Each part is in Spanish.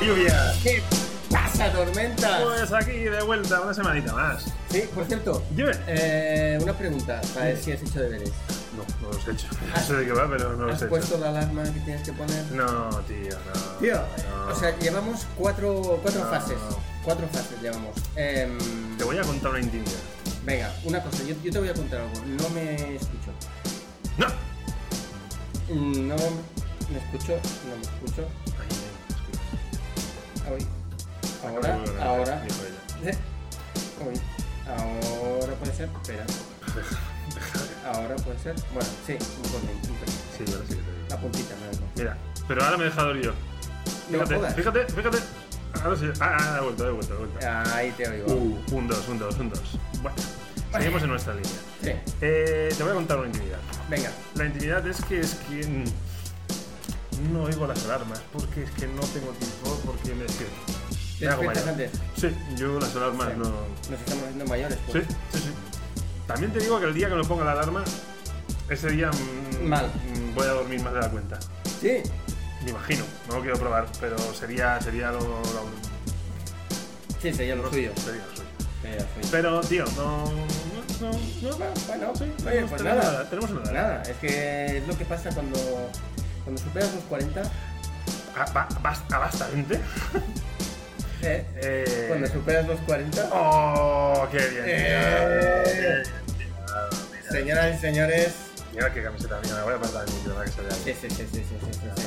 lluvia. ¿Qué pasa, tormenta? Pues aquí de vuelta una semanita más. Sí, por cierto, Dime. eh, una pregunta para ver si has hecho deberes. No, no los he hecho. No sé de qué va, pero no los Ah. ¿Has he puesto hecho. la alarma que tienes que poner? No, tío, no. Tío, no. o sea, llevamos cuatro, cuatro No. fases. Cuatro fases llevamos. Em, Te voy a contar una intimidad. venga, una cosa, yo, yo te voy a contar algo. No me escucho. ¡No! Mm, No me escucho, no me escucho. Ay, es Hoy. que- Ahora, Acabo de- ahora. dijo ella. Hoy. Ahora puede ser. Espera. Ahora puede ser. Bueno, sí, un pelín, un pelín. Sí, ahora sí que te digo. La puntita, me vengo. Mira, pero ahora me he dejado yo. No Fíjate, jodas. fíjate, fíjate. Ahora sí. Ah, ah, he vuelto, he vuelto, he vuelto. Ahí te oigo. Uh, un, dos, un, dos, un, dos. Bueno, seguimos en nuestra línea. Sí, Eh, te voy a contar una intimidad. venga. La intimidad es que es quien no oigo las alarmas porque es que no tengo tiempo porque me es que ¿Te me hago despiertas mayor. antes? Sí, yo las alarmas Sí. no. Nos estamos haciendo mayores. Sí, Pues. sí, sí. También te digo que el día que me ponga la alarma, ese día mm, Mal. mm, voy a dormir más de la cuenta. Sí. Me imagino, no lo quiero probar, pero sería sería lo, lo- Sí, sería lo lo- suyo. sería lo suyo. Sería lo suyo. Pero tío, no, no, no, no. Bueno, Sí, oye, tenemos- tenemos pues nada. una- tenemos una alarma. Nada, es que es lo que pasa cuando, cuando superas los 40. Ah, ba- basta, basta, gente. Eh, Eh, Cuando superas los 40. ¡Oh, qué bien! Eh. Qué bien, tirado, mira. Señoras y señores. Mira qué camiseta mía, me voy a apartar el micro para que se vea Sí, bien. sí, sí, sí, sí, sí, sí, sí.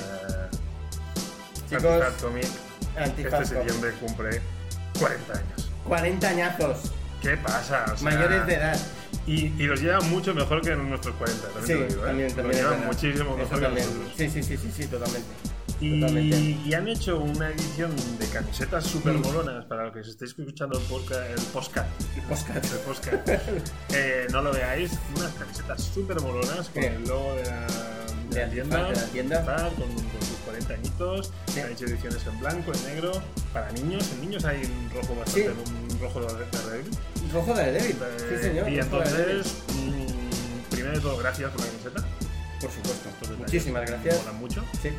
Eh, Chicos, Antifaz Comic, este antifaz. septiembre cumple 40 años. 40 añazos, ¿Qué pasa? O sea, mayores de edad. Y, y los lleva mucho mejor que nuestros 40, también Sí, te lo digo, ¿eh? también, también. Los es lleva verdad. muchísimo Eso mejor que también. nosotros. Sí, sí, sí, sí, sí, totalmente. Totalmente. Mm. Y, y han hecho una edición de camisetas súper molonas para los que os estéis escuchando el podcast. El podcast. podcast. El podcast. Eh, no lo veáis, unas camisetas súper molonas con Sí. el logo de la, de De la tienda. Antifaz, de la tienda. Antifaz, Con, con sus 40 añitos. Sí. Han hecho ediciones en blanco, en negro. Para niños, en niños hay un rojo bastante, un rojo de, de red. Rojo de débil. Sí, señor. Eh, y rojo de Daredevil. entonces, mm, primero de todo, gracias por la camiseta. Por supuesto. Estos detalles Muchísimas gracias. molan mucho. Sí.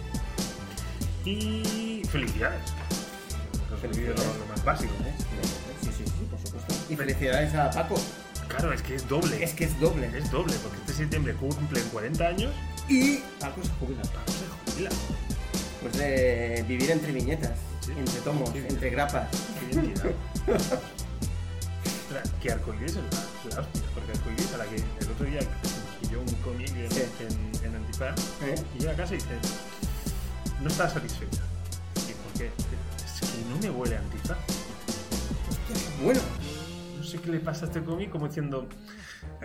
Y felicidades. Os olvidéis Lo, lo más básico. ¿eh? Sí, sí, sí, por supuesto. Y felicidades a Paco. Claro, es que es doble. Es Es, que es doble. doble, porque este septiembre cumplen 40 años. Y Paco se jubila. Paco se jubila. Pues de vivir entre viñetas, Sí. entre tomos, Sí. entre grapas. Qué bien tirado. Ostras, que arcoiris es la, la hostia. Porque arcoiris a la que el otro día pilló un cómic en, Sí. en, en Antifaz ¿eh? y llega a casa y dice: No está satisfecha. ¿Y por qué? Es que no me huele a Antifaz. Bueno, No sé qué le pasa a este cómic, como diciendo,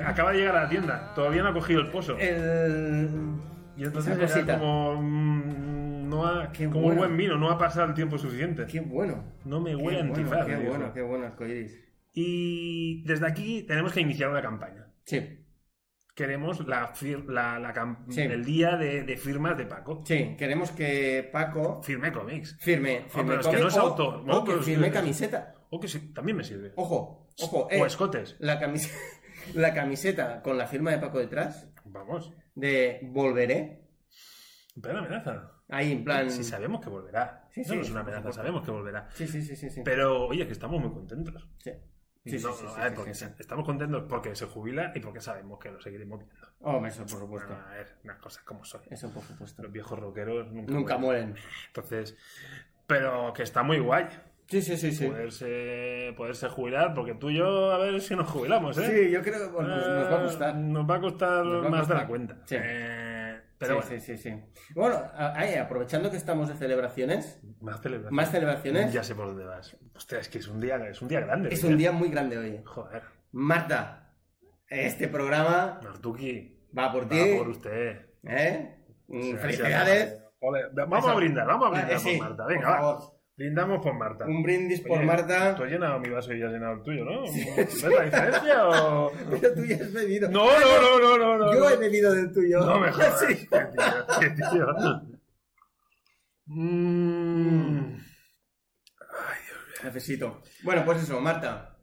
acaba de llegar a la tienda, todavía no ha cogido el Eh, pozo. el... y entonces esa era cosita. como, mm, no ha, Qué como un bueno. buen vino, no ha pasado el tiempo suficiente. Qué bueno. No me Qué huele a bueno, antifaz. Qué dijo. bueno, qué bueno, arcoiris. Y desde aquí tenemos que iniciar una campaña. Sí, Queremos la fir- la- la cam- Sí. el día de, de firmas de Paco. sí, queremos que Paco Firme cómics. firme, Oh, pero firme es que no es o- autor, ¿no? o que Pero es firme que- Pues camiseta. O que sí, también me sirve. Ojo, ojo, eh, o escotes. la camiseta, la camiseta con la firma de Paco detrás, Vamos. de volveré, Pero amenaza. ahí en plan... Si sabemos que volverá. Sí, no, sí, no es una por amenaza, supuesto. sabemos que volverá. Sí, sí, sí, sí, sí. Pero oye, que estamos muy contentos. Sí. No, Sí, sí, no, sí, a ver, sí, porque sí, sí. se- estamos contentos porque se jubila y porque sabemos que lo seguiremos viendo. Hombre, Oh, eso por supuesto. Bueno, a ver, unas cosas como son. Eso por supuesto. Los viejos rockeros nunca, Nunca mueren. mueren. Entonces, pero que está muy guay Sí, sí, sí, sí. poderse, poderse jubilar, porque tú y yo, a ver si nos jubilamos, ¿eh? Sí, yo creo que bueno, nos, nos va a Eh, gustar. Nos va a costar Nos va a más de costar. la cuenta. Sí. Eh, pero sí, bueno, sí, sí, sí. Bueno, a- ahí, aprovechando que estamos de celebraciones, más celebración. más celebraciones, Ya sé por dónde vas. Hostia, es que es un día, es un día grande. es ¿eh? un día muy grande hoy. Joder, Marta, este programa Martuki, va por ti. va por usted. ¿eh? Pues Mm, Sí, sí, Felicidades. sí. Joder, vamos Eso. a brindar, vamos a brindar Eh, sí, por Marta. por Venga, va. favor. Brindamos por Marta. Un brindis por Oye, Marta. Tú has llenado mi vaso y yo he llenado el tuyo, ¿no? ¿Ves la diferencia o...? Pero tú ya has bebido. No, no, no, no, no, no. Yo he bebido del tuyo. No me jodas. Sí. Qué tío, qué tío. Mm. Necesito. Bueno, pues eso, Marta.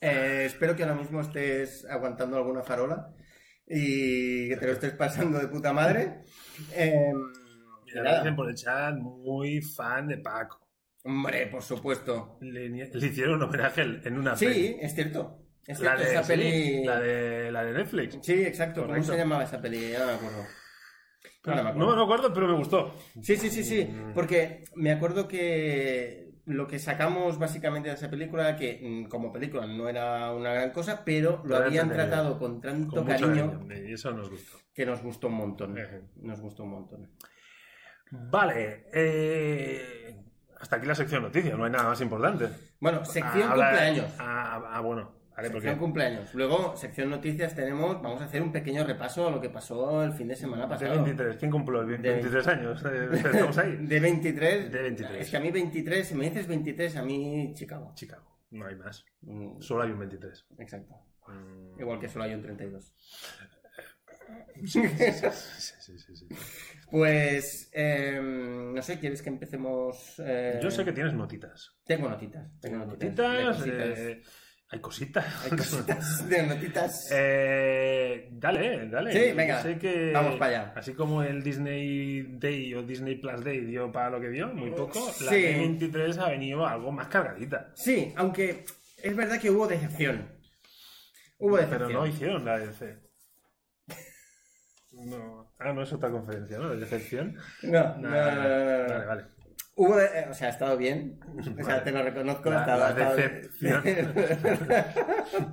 Eh, espero que ahora mismo estés aguantando alguna farola y que te lo estés pasando de puta madre. Eh, Mira, nada. dicen por el chat, muy fan de Paco. Hombre, por supuesto. Le, le hicieron un homenaje en una Sí, peli. es cierto. Es La cierto, de, esa peli. sí, la de la de Netflix. Sí, exacto. ¿Cómo Correcto. Pues, se llamaba esa peli? Ya no me acuerdo. No, no me acuerdo. No me acuerdo, pero me gustó. Sí, sí, sí, sí. Porque me acuerdo que lo que sacamos básicamente de esa película, que mm, como película no era una gran cosa, pero lo Pero era habían entretenida. tratado con tanto Con mucho cariño cariño, Y eso nos gustó. que nos gustó un montón. Ejé. Nos gustó un montón. Vale. eh, hasta aquí la sección noticias. No hay nada más importante. Bueno, sección Habla- cumpleaños. Ah, ah, bueno. Vale, Sección porque cumpleaños. Luego, sección noticias, tenemos. Vamos a hacer un pequeño repaso a lo que pasó el fin de semana de pasado. 23. ¿Quién cumplió? el De 23 años. Eh, Estamos ahí. De 23. De 23. Es que a mí 23, si me dices 23, a mí Chicago. Chicago. No hay más. Mm, Solo hay un 23. Exacto. Mm, Igual que solo hay un 32. sí, sí, sí, sí. Pues, em, no sé, ¿quieres que empecemos? eh, Yo sé que tienes notitas. Tengo notitas. Tengo notitas. de Notitas. cositas. eh, hay cositas. Hay cositas de notitas. Eh, dale, dale. Sí, venga, Sé que- vamos para allá. Así como el Disney Day o Disney Plus Day dio para lo que dio, muy poco, la Sí. D23 ha venido algo más cargadita. Sí, aunque es verdad que hubo decepción. Hubo Pero decepción. no hicieron la DC. No. Ah, no es otra conferencia, ¿no? De decepción. no, no, Nah, no, no, no. Vale, vale. Hubo de- eh, o sea, ha estado bien. O sea, Vale. te lo reconozco. ha La, estado, la ha estado- decepción.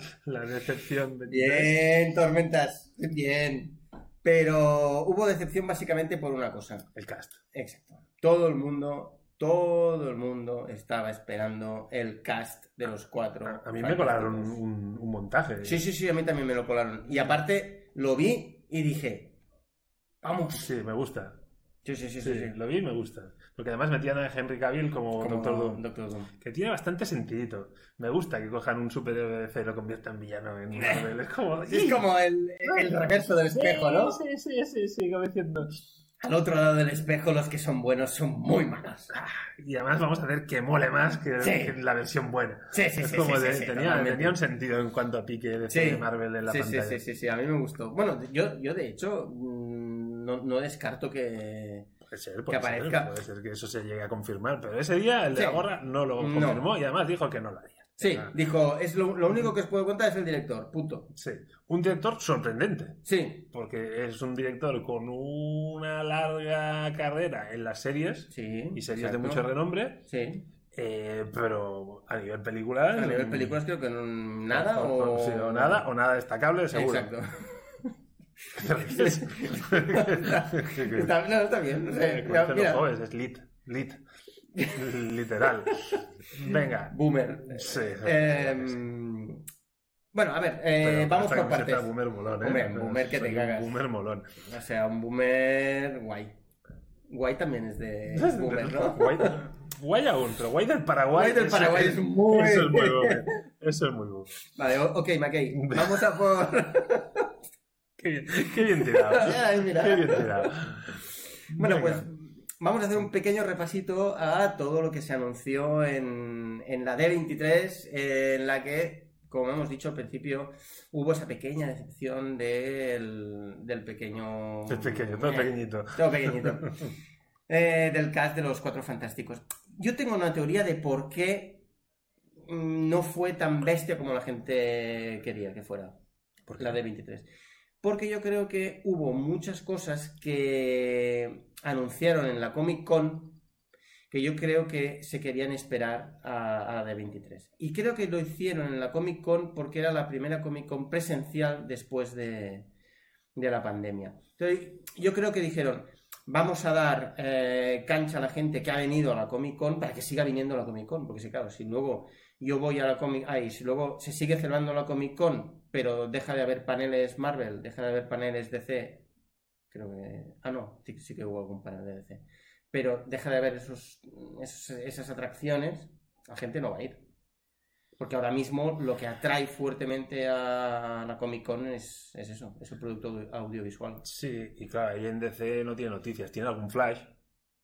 la decepción. 23. bien, tormentas. Bien. Pero hubo decepción básicamente por una cosa. El cast. Exacto. Todo el mundo, todo el mundo estaba esperando el cast de los cuatro. A, a mí me colaron un, un- un montaje. Sí, sí, sí, a mí también me lo colaron. Y aparte, lo vi y dije, vamos. Sí, me gusta. Sí, sí, sí, sí. Sí, sí. lo vi y me gusta. Porque además metían a Henry Cavill como, Como Doctor Doom. Doctor Doom. Que tiene bastante sentidito. Me gusta que cojan un superhéroe de DC y lo conviertan en villano en Marvel. Es como... Es como el, el reverso del espejo, ¿no? Sí, sí, sí, sí, como diciendo... Al otro lado del espejo, los que son buenos son muy malos. Y además vamos a hacer que mole más que, Sí. que la versión buena. Sí, sí, es sí. como sí, de- sí, sí, tenía, totalmente. tenía un sentido en cuanto a pique de Sí. de Marvel en la sí, pantalla. Sí, sí, sí, sí, a mí me gustó. Bueno, yo, yo de hecho, mm, no, no descarto que, Puede ser, puede Que ser, aparezca. puede ser que eso se llegue a confirmar. Pero ese día el de Sí. la gorra no lo No. confirmó y además dijo que no lo haría. Sí, Ah, dijo, es lo, lo único que os puedo contar es el director, punto. sí. Un director sorprendente. Sí, porque es un director con una larga carrera en las series sí. y series de exacto. mucho renombre, Sí. eh, pero a nivel películas. A nivel mm, películas creo que no- nada o, o... Ah, sí, o nada o nada destacable, seguro. Exacto. Está está, no, está bien. no sé, mira, mira. es lit, lit, literal. Venga, Boomer. sí. Eh, bueno, a ver, eh, Pero vamos hasta por que me sepa partes. Boomer molón, ¿eh? Boomer, boomer que te Soy un cagas. Boomer molón. O sea, un boomer guay. Guay también es de Eh, boomer, ¿no? Guay, guay aún, pero guay del Paraguay. Guay del eso- Paraguay es muy- Eso es muy boomer. Eso es muy boomer. Vale, o- ok, Mackey, vamos a por... Qué bien, qué bien tirado. Ay, mira. qué bien tirado. Bueno, Venga. pues vamos a hacer un pequeño repasito a todo lo que se anunció en, en la D23, eh, en la que, como hemos dicho al principio, hubo esa pequeña decepción del, del pequeño... Es pequeño, todo Eh, pequeñito. todo pequeñito. Eh, del cast de los Cuatro Fantásticos. Yo tengo una teoría de por qué mm, no fue tan bestia como la gente quería que fuera. Porque La de 23. Porque yo creo que hubo muchas cosas que anunciaron en la Comic Con que yo creo que se querían esperar a, a la de 23. Y creo que lo hicieron en la Comic Con porque era la primera Comic Con presencial después de, de la pandemia. Entonces, yo creo que dijeron, vamos a dar eh, cancha a la gente que ha venido a la Comic Con para que siga viniendo a la Comic Con. Porque si, claro, si luego yo voy a la Comic ah, y si luego se sigue celebrando la Comic Con, pero deja de haber paneles Marvel, deja de haber paneles DC, creo que... Ah, no, sí, sí que hubo algún panel de DC. Pero deja de haber esos, esos- esas atracciones, la gente no va a ir. Porque ahora mismo lo que atrae fuertemente a la Comic Con es, es eso, es el producto audiovisual. Sí, y claro, ahí en DC no tiene noticias. Tiene algún flash.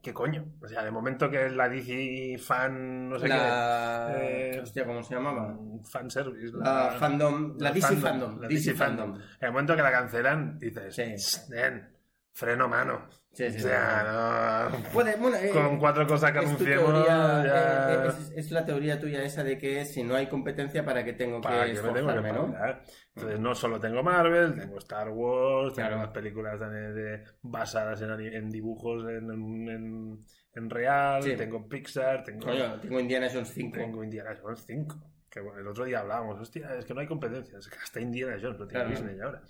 ¿qué coño? O sea, de momento que la DC fan, no sé la... Eh, Hostia, ¿cómo se qué. llamaba? Fan service. La fandom, la la DC fandom, fandom, la DC DC fandom. fandom. En el momento que la cancelan, dices, Sí. "Shh, nen, freno mano. Sí, sí, o sea, no. Puede, bueno, eh, Con cuatro cosas que es tu anunciemos, teoría, ya- eh, es, es la teoría tuya esa de que si no hay competencia, ¿para qué tengo para que que me tengo que esforzarme, no? Mm. espabilar. Entonces, no solo tengo Marvel, tengo Star Wars, tengo Claro. las películas de- de- basadas en, ani- en dibujos en, en- en- en real, Sí. tengo Pixar, tengo, Coño, tengo Indiana Jones 5. tengo Indiana Jones 5. Que bueno, el otro día hablábamos, hostia, es que no hay competencia, es que hasta Indiana Jones lo tiene Claro. Disney ahora.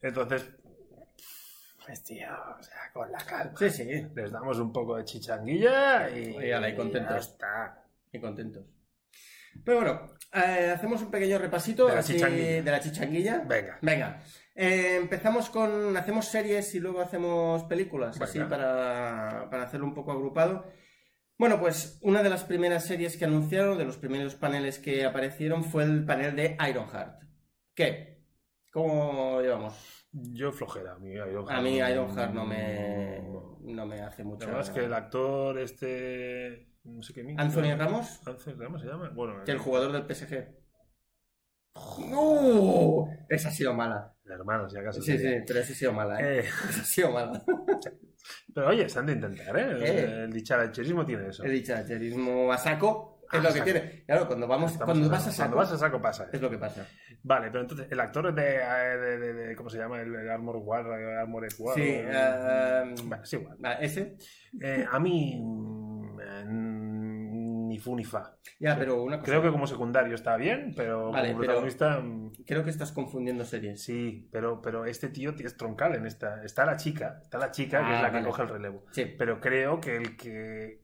Entonces, pues tío, o sea, con la calma. Sí, sí, Les damos un poco de chichanguilla y, Y ala, y contentos. ya está. y contentos. Pero bueno, eh, hacemos un pequeño repasito De la así chichanguilla. de la chichanguilla. Venga. Venga, eh, empezamos con. Hacemos series y luego hacemos películas, Venga. así para, para hacerlo un poco agrupado. Bueno, pues una de las primeras series que anunciaron, de los primeros paneles que aparecieron, fue el panel de Ironheart. ¿Qué? ¿Cómo llevamos? Yo flojera, a mí Ironheart A mí no- Ironheart no me, no me hace mucho. Además que el actor este... No sé qué mierda. Anthony Ramos, Anthony Ramos se llama. Bueno, que el jugador del PSG. ¡No! Esa ha sido mala. el hermano, si acaso. Sí, sí, sería. pero esa ha sido mala, ¿eh? Eh, Esa ha sido mala. pero oye, se han de intentar, ¿eh? Eh. El dicharacherismo tiene eso. He dicho, acherismo a saco Ah, es lo que saco. tiene. Claro, cuando vamos, Estamos cuando hablando- vas a saco, cuando vas a saco pasa. es lo que pasa. Vale, pero entonces, el actor de, eh, de, de- de- ¿Cómo se llama? El, el Armor War, el Armored War. Sí, eh, eh, bueno, es igual. Ah, ese. Eh, a mí... mm, eh, Ni fu ni fa. Ya, Sí. pero una cosa. Creo que como secundario está bien, pero Vale, como pero- protagonista... mm, creo que estás confundiendo series. Sí, pero, pero este tío es troncal en esta. Está la chica, está la chica que Ah, es la vale. que coge el relevo. Sí. Pero creo que el que.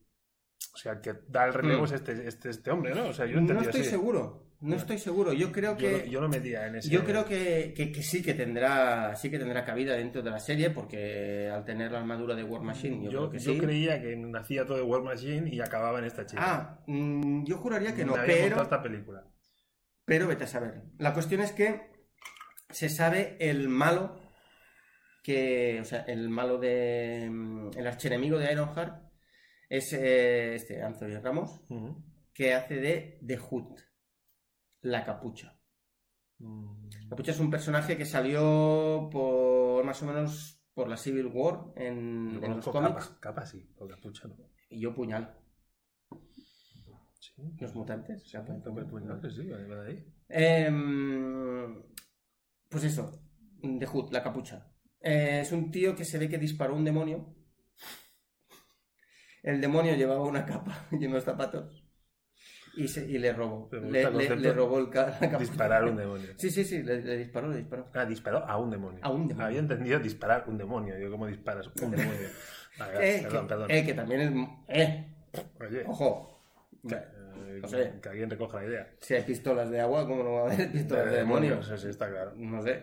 O sea, el que da el relevo Mm. es este, este, este hombre, ¿no? O sea, yo lo No entendí estoy así. seguro. No estoy seguro. Yo creo Yo, no- que. yo no metía en ese. Yo creo que, que- que sí que tendrá sí que tendrá cabida dentro de la serie porque al tener la armadura de War Machine yo, Mm, Yo, creo que yo sí. creía que nacía todo de War Machine y acababa en esta chica. Ah, mm, yo juraría que no, Me había montado pero esta película. Pero vete a saber. La cuestión es que se sabe el malo que. O sea, el malo de. mm, El archienemigo de Ironheart es eh, este, Anthony Ramos, Ujú. que hace de The Hood, la capucha. Mm. Capucha es un personaje que salió por más o menos por la Civil War en, Yo en los conozco cómics. capa, capa sí, o capucha no. Y yo puñal. Sí. Los mutantes. o sea, Pues, pues, no, que sí, vale, vale, ahí. Em, pues eso, de Hood, la capucha. Eh, es un tío que se ve que disparó un demonio. El demonio llevaba una capa y unos zapatos. Y, se- y le robó. Pero Le, está el le- concepto le robó el ca- la capucha. Disparar un demonio. Sí, sí, sí, le, le disparó, le disparó. Ah, disparó a un demonio. A un demonio. Había entendido disparar un demonio. Yo, ¿cómo disparas un demonio? Vale, Eh, perdón, que, perdón. eh, que también es. ¡Eh! Oye, ¡Ojo! que, eh, José. que alguien recoja la idea. Eh, Si hay pistolas de agua, ¿cómo no va a haber pistolas de, demonios? Sí, sí, está claro. No sé.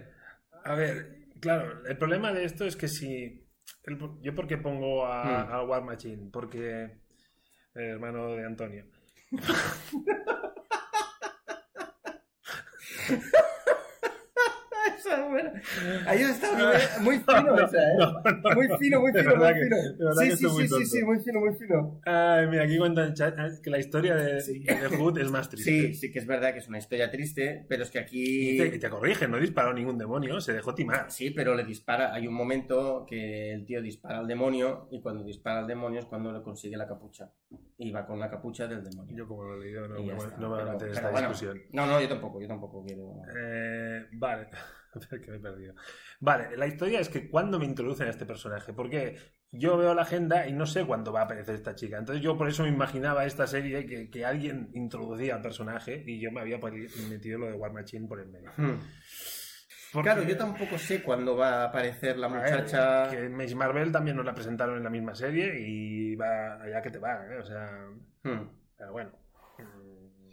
A ver, claro, el problema de esto es que si. el- yo, ¿por qué pongo a, Mm. a War Machine? Porque. El hermano de Antonio. Esa es buena. Ahí está muy fino esa, ¿eh? Muy fino, muy De fino, muy verdad que- fino. de verdad Sí, que sí, estoy muy sí, sí, tonto. sí, muy fino, muy fino. Ay, mira, aquí cuentan en chat eh, que la historia de, Sí. de Hood es más triste. Sí, sí que es verdad que es una historia triste, pero es que Y te, y aquí... te corrigen, no disparó ningún demonio, se dejó timar. Sí, pero le dispara. Hay un momento que el tío dispara al demonio y cuando dispara al demonio es cuando le consigue la capucha. Y va con la capucha del demonio. Yo, como lo he leído, no, Y ya me- está. no me voy a Pero- meter en pero esta bueno, discusión. No, no, yo tampoco, yo tampoco quiero... Eh, vale, que me he perdido. Vale, la historia es que cuando me introducen a este personaje, porque yo veo la agenda y no sé cuándo va a aparecer esta chica. Entonces yo por eso me imaginaba esta serie que, que alguien introducía al personaje y yo me había pari- metido lo de War Machine por el medio. Hmm. Porque, Claro, yo tampoco sé cuándo va a aparecer la a ver, muchacha... Que Miss Marvel también nos la presentaron en la misma serie y va allá que te va, ¿eh? O sea, Hmm. pero bueno. Mm,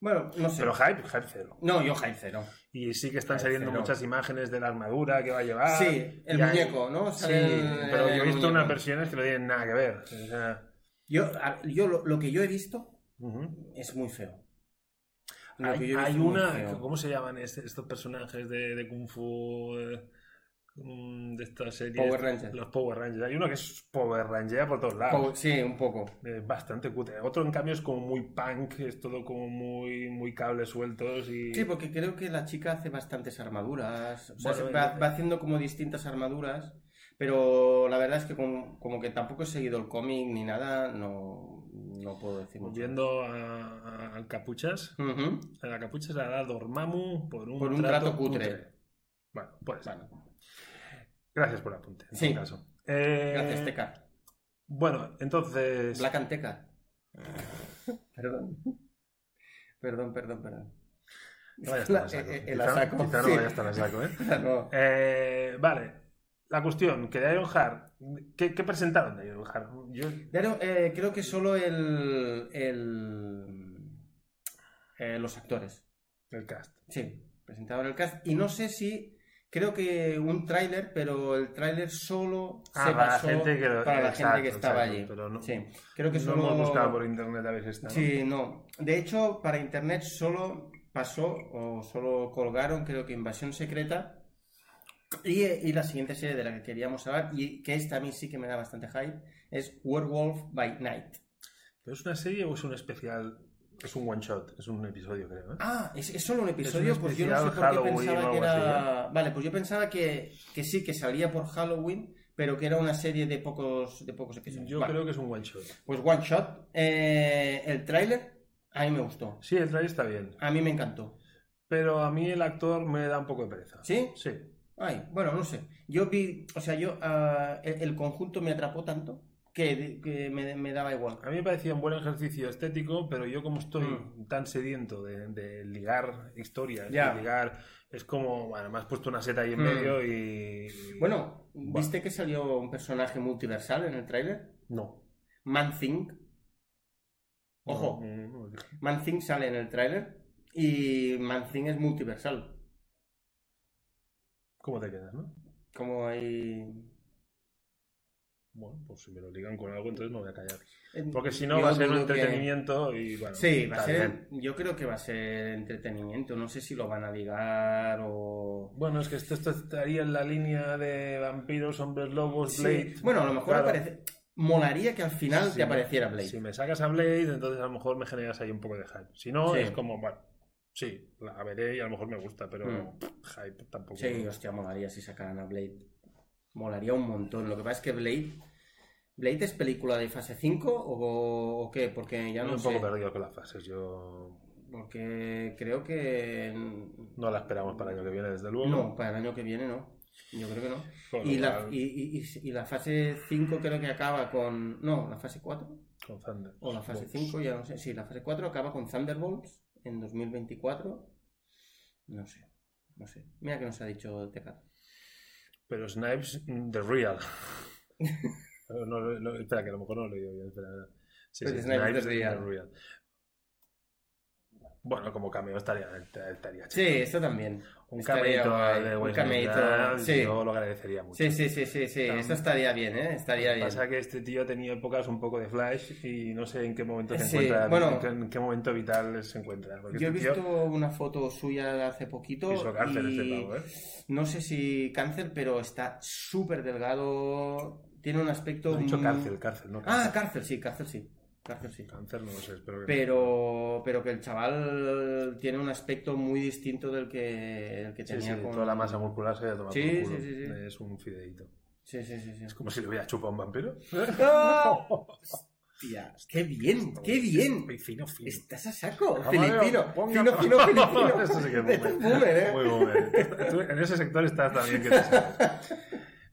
Bueno, no sé. Pero hype, hype cero. No, yo hype cero. Y sí que están Hype saliendo cero. muchas imágenes de la armadura que va a llevar. sí, el y hay- muñeco, ¿no? Sí, Sale el- pero yo he el visto unas muñeco. versiones que no tienen nada que ver. O sea, Yo, a- yo lo, lo que yo he visto ujú. es muy feo. Lo que Hay, yo he hay visto muy una, feo. ¿cómo se llaman este- estos personajes de, de Kung Fu eh, mm, de esta serie? Power Rangers. Los Power Rangers. Hay uno que es Power Ranger por todos lados. Como- Sí, un poco. Eh, bastante cutre. Otro, en cambio, es como muy punk, es todo como muy, muy cables sueltos y... Sí, porque creo que la chica hace bastantes armaduras. O sea, Bueno, se- va, eh, va haciendo como distintas armaduras. Pero la verdad es que como, como que tampoco he seguido el cómic ni nada, no, no puedo decir mucho. Yendo a- a- al Capuchas, Ujú. a la Capuchas le ha dado Dormammu por un, Por un trato cutre. Bueno, pues Bueno, gracias por el apunte. En Sí. todo caso. Eh, gracias, Teca. Bueno, entonces... Black and Teca. Perdón. Perdón, perdón, perdón. No vayas tan a saco. eh, El- el- el Quizá- asaco, quizá no sí. vayas tan a saco, ¿eh? No. Eh, vale. La cuestión, que de Ironheart, ¿qué, qué presentaron de Ironheart? Yo, Dario, eh, creo que solo el, el- eh, los actores. el cast. Sí, presentaban el cast. Y no sé si. Creo que un tráiler, pero el tráiler solo Ah, se para la pasó gente que lo- para la exacto, gente que estaba exacto, allí. pero no- Sí, creo que no solo. hemos buscado por internet a ver si está. ¿no? Sí, no. De hecho, para internet solo pasó o solo colgaron, creo que Invasión Secreta. Y, y la siguiente serie de la que queríamos hablar, y que esta a mí sí que me da bastante hype, es Werewolf by Night. ¿Pero es una serie o es un especial? Es un one shot, es un episodio, creo. ¿eh? Ah, es, es solo un episodio, Es un pues yo no sé por qué especial Halloween pensaba o que algo era. Vale, pues yo pensaba que, que sí, que salía por Halloween, pero que era una serie de pocos, de pocos episodios. Yo Vale, creo que es un one shot. Pues One Shot. Eh, el tráiler, a mí me gustó. Sí, el trailer está bien. A mí me encantó. Pero a mí el actor me da un poco de pereza. ¿Sí? Sí. Ay, bueno, no sé. Yo vi, o sea, yo ah, el, el conjunto me atrapó tanto que, que me, me daba igual. A mí me parecía un buen ejercicio estético, pero yo como estoy Mm. tan sediento de, de ligar historias, Ya. de ligar... Es como, bueno, me has puesto una seta ahí en Mm. medio y... Bueno, Bueno. ¿viste que salió un personaje multiversal en el tráiler? No. Man-Thing. Ojo, No, no, no. Man-Thing sale en el tráiler y Man-Thing es multiversal. ¿Cómo te quedas, no? Como hay... Bueno, pues si me lo ligan con algo, entonces me voy a callar. en- Porque si no, yo va a ser un dudo que- entretenimiento y bueno. Sí, va a está ser, bien. yo creo que va a ser entretenimiento. No sé si lo van a ligar o... Bueno, es que esto, esto estaría en la línea de vampiros, hombres lobos, Sí. Pues Blade. Bueno, a lo mejor Claro. aparece... Molaría que al final Si te me- apareciera Blade. Si me sacas a Blade, entonces a lo mejor me generas ahí un poco de hype. Si no, Sí. es como, bueno, sí, la veré y a lo mejor me gusta, pero Mm. pff, hype tampoco. Sí, hostia, molaría si sacaran a Blade. Molaría un montón. Lo que pasa es que Blade. ¿Blade es película de fase 5 o, o qué? Porque ya Estoy no un sé. poco perdido con las fases. Yo Porque creo que. no la esperamos para el año que viene, desde luego. No, para el año que viene no. Yo creo que no. Con lo Y la, cual, y, y- y- y la fase 5 creo que acaba con. No, la fase 4 con Thunder. o la fase Bueno, 5, ya no sé. Sí, la fase 4 acaba con Thunderbolts en 2024. No sé. No sé. Mira que nos ha dicho Teca. Pero Snipes, mm, the real. no, no, no, espera, que a lo mejor no lo he leído bien. Espera, espera. Sí, Pero sí, Pues Snipes, Snipes, the the real. real. Bueno, como cameo estaría, estaría Sí, chido. esto también. un estaría cameito guay, de un Wesley cameito, Snipes, sí. yo lo agradecería mucho. Sí, sí, sí, sí, sí. Tam- Esto estaría bien, ¿eh? Estaría bien. Pasa que este tío ha tenido épocas un poco de flash y no sé en qué momento se Sí, encuentra, bueno. en qué- en qué momento vital se encuentra. Porque Yo he este tío visto una foto suya de hace poquito pisó cárcel y este pavo, ¿eh? no sé si cáncer, pero está súper delgado, tiene un aspecto... No he dicho muy- cárcel, cárcel, no Ah, cáncer. cárcel, sí, cárcel, sí. Cárcel, sí. Cáncer no lo sé, espero que Pero, pero que el chaval tiene un aspecto muy distinto del que, el que Sí, tenía sí, con... toda la masa muscular se ha tomado Sí, por culo. sí, sí, sí. Es un fideíto. Sí, sí, sí, sí. Es como si le hubiera chupado a un vampiro. ¡Ah! Hostia, ¡Qué bien! ¡Qué bien! Muy Fino, fino. Estás a saco, Ah, filipino, Mario, ponga- fino, fino, filipino. Eso sí que es Eres boomer. boomer, ¿eh? Muy boomer. Tú en ese sector estás también que te sabes.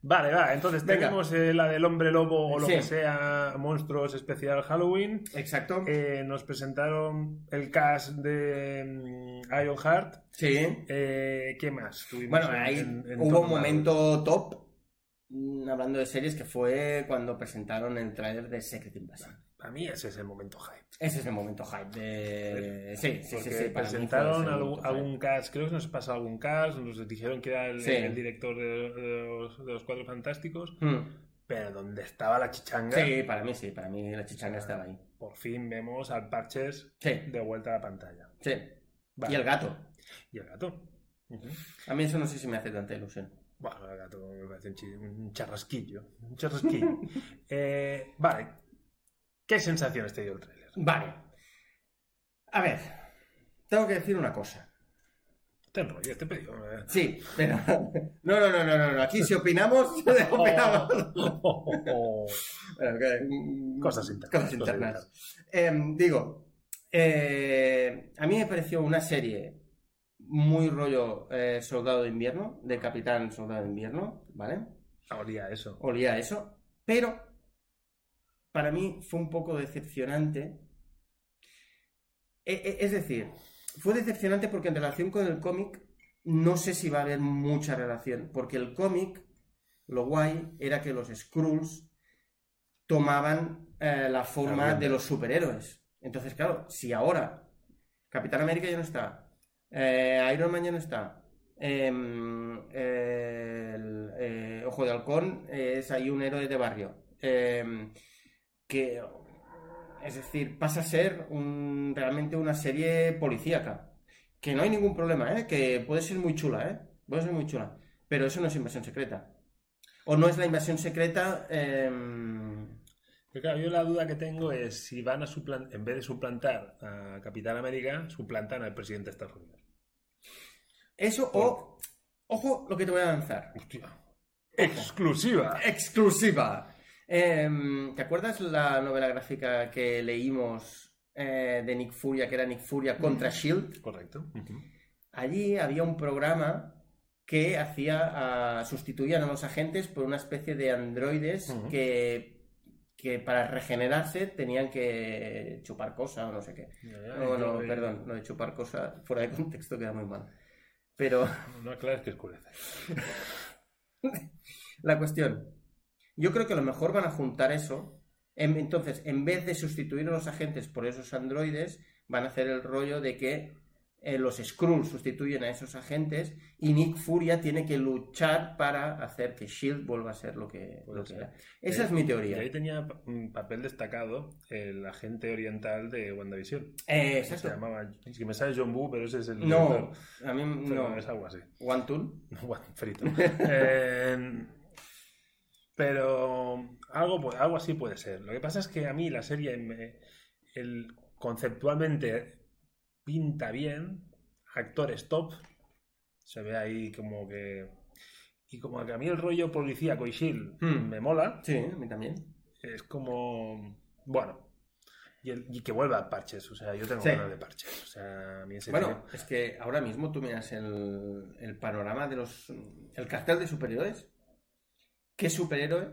Vale, va, entonces Venga. tenemos eh, la del hombre lobo o lo Sí. que sea, monstruos especial Halloween. Exacto. Eh, nos presentaron el cast de mm, Ironheart. sí. Eh, ¿Qué más? Tuvimos Bueno, en- ahí en- en hubo Tom un Marvel. momento top, mm, hablando de series, que fue cuando presentaron el tráiler de Secret Invasion. Para mí ese es el momento hype. Ese es el momento hype de... Sí, sí, sí, Porque sí. para mí fue presentaron ese algún, momento algún cast, creo que nos pasó algún cast, nos dijeron que era el, Sí. el director de, de los, de los Cuatro Fantásticos, hype. Mm, pero donde estaba la chichanga, Sí, para mí sí, para mí la chichanga estaba ahí. por fin vemos al Parches Sí, de vuelta a la pantalla. sí. Vale. Y el gato. Y el gato. Ujú. A mí eso no sé si me hace tanta ilusión. Bueno, el gato me parece un, chi- un charrasquillo. Un charrasquillo. Eh, vale. ¿Qué sensaciones te dio el tráiler? Vale. A ver, tengo que decir una cosa. Te enrollas, te he pedido. eh. Sí, pero. No, no, no, no, no. no. Aquí si opinamos, opinamos. Bueno, que, mm, Cosas internas, Oh. Cosas cosas internas. Em, digo, eh, a mí me pareció una serie muy rollo eh, Soldado de Invierno, de Capitán Soldado de Invierno, ¿vale? Olía eso. Olía a eso, pero para mí fue un poco decepcionante. E- e- es decir, fue decepcionante porque en relación con el cómic no sé si va a haber mucha relación, porque el cómic, lo guay, era que los Skrulls tomaban eh, la forma También. de los superhéroes. Entonces, claro, si ahora Capitán América ya no está, eh, Iron Man ya no está, em, eh, el, eh, Ojo de Halcón eh, es ahí un héroe de barrio, em, que, es decir, pasa a ser un- realmente una serie policíaca. Que no hay ningún problema, ¿eh? Que puede ser muy chula, ¿eh? Puede ser muy chula. Pero eso no es invasión secreta. O no es la invasión secreta. em, Pero claro, yo la duda que tengo es si van a suplantar, en vez de suplantar a Capitán América, suplantan al presidente de Estados Unidos. Eso o. Ojo lo que te voy a lanzar. Hostia. Exclusiva. Exclusiva. Em, ¿Te acuerdas la novela gráfica que leímos eh, de Nick Furia, que era Nick Furia contra Shield? Correcto. Ujú. Allí había un programa que hacía a- sustituían a los agentes por una especie de androides Ujú. que, que para regenerarse tenían que chupar cosas o no sé qué. No, no, Ah, Entonces, Ah, perdón, no de chupar cosas fuera de contexto queda muy mal. Pero No aclares que oscurece. la cuestión, yo creo que a lo mejor van a juntar eso. En- entonces, en vez de sustituir a los agentes por esos androides, van a hacer el rollo de que eh, los Skrulls sustituyen a esos agentes y Nick Furia tiene que luchar para hacer que Shield E vuelva a ser lo que, Puede lo que ser. era. Esa Eh, es mi Y teoría. ahí tenía pa- un papel destacado el agente oriental de WandaVision. Eh, Que Se exacto. llamaba. Es que me sale John Boo, pero ese es el. No, a mí Pero no. Es algo así. One Tool. Bueno, frito. Eh, pero algo, pu- algo así puede ser. Lo que pasa es que a mí la serie me- el, conceptualmente pinta bien, actores top, se ve ahí como que... Y como que a mí el rollo policíaco y Shield Hmm. me mola, Sí, a mí también. es como... Bueno. Y, el- y que vuelva a parches, o sea, yo tengo Sí. ganas de parches. O sea, a mí ese Bueno, es que ahora mismo tú miras el, el panorama de los. el cartel de superhéroes. ¿Qué superhéroe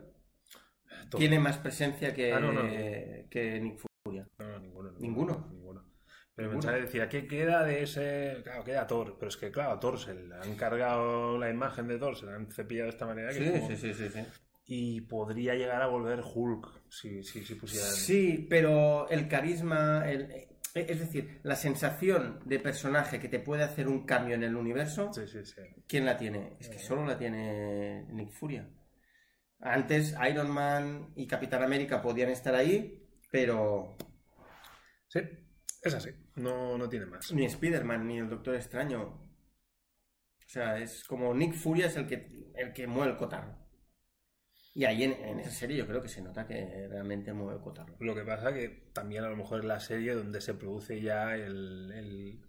tío, todo. tiene más presencia que, Ah, no, no. que Nick Fury? No, no, ninguno. Ninguno. Ninguno. Pero Ninguno. pensaba, decía, ¿qué queda de ese...? Claro, queda Thor, pero es que, claro, a Thor se le han cargado la imagen de Thor, se la han cepillado de esta manera. Ah, Que es Sí, como- sí, sí, sí, sí. Y podría llegar a volver Hulk, si, si, si pusieran... Sí, pero el carisma. el- eh, es decir, la sensación de personaje que te puede hacer un cambio en el universo, sí, Eh. sí. sí. ¿quién la tiene? Es que solo la tiene Nick Furia. Antes Iron Man y Capitán América podían estar ahí, pero Sí, es así, no, no tiene más. Ni Spider-Man, ni el Doctor Extraño. O sea, es como Nick Furia es el que, el que mueve el cotarro. Y ahí en, en esa serie yo creo que se nota que realmente mueve el cotarro. Lo que pasa que también a lo mejor es la serie donde se produce ya el, el,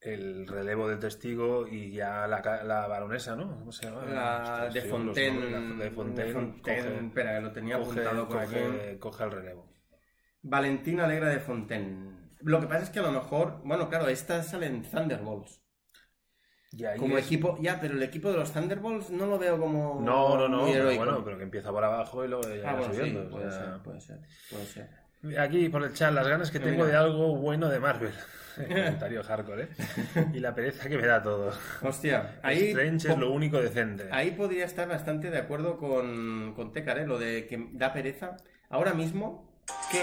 el relevo del testigo y ya la, ca- la baronesa, ¿no? ¿Cómo se llama? La Ostras, de tío, Ah, los Fontaine. nombres, la de Fontaine. de Fontaine, coge- espera, lo tenía coge, apuntado por aquí. coge- coge el relevo. Valentina Alegra de Fontaine. Lo que pasa es que a lo mejor, bueno, claro, esta sale en Thunderbolts. Y ahí Como es- equipo, ya, pero el equipo de los Thunderbolts no lo veo como No, no, no. muy Pero heroico. bueno, pero que empieza por abajo y luego ya Ah, va bueno, sí, subiendo. o puede sea. ser, puede ser, puede ser. Aquí por el chat, las ganas que Mira. tengo de algo bueno de Marvel. Comentario hardcore, ¿eh? Y la pereza que me da todo. Hostia, ahí, Strange es po- lo único decente. ahí podría estar bastante de acuerdo con, con Tecar, ¿eh? lo de que da pereza. Ahora mismo, que.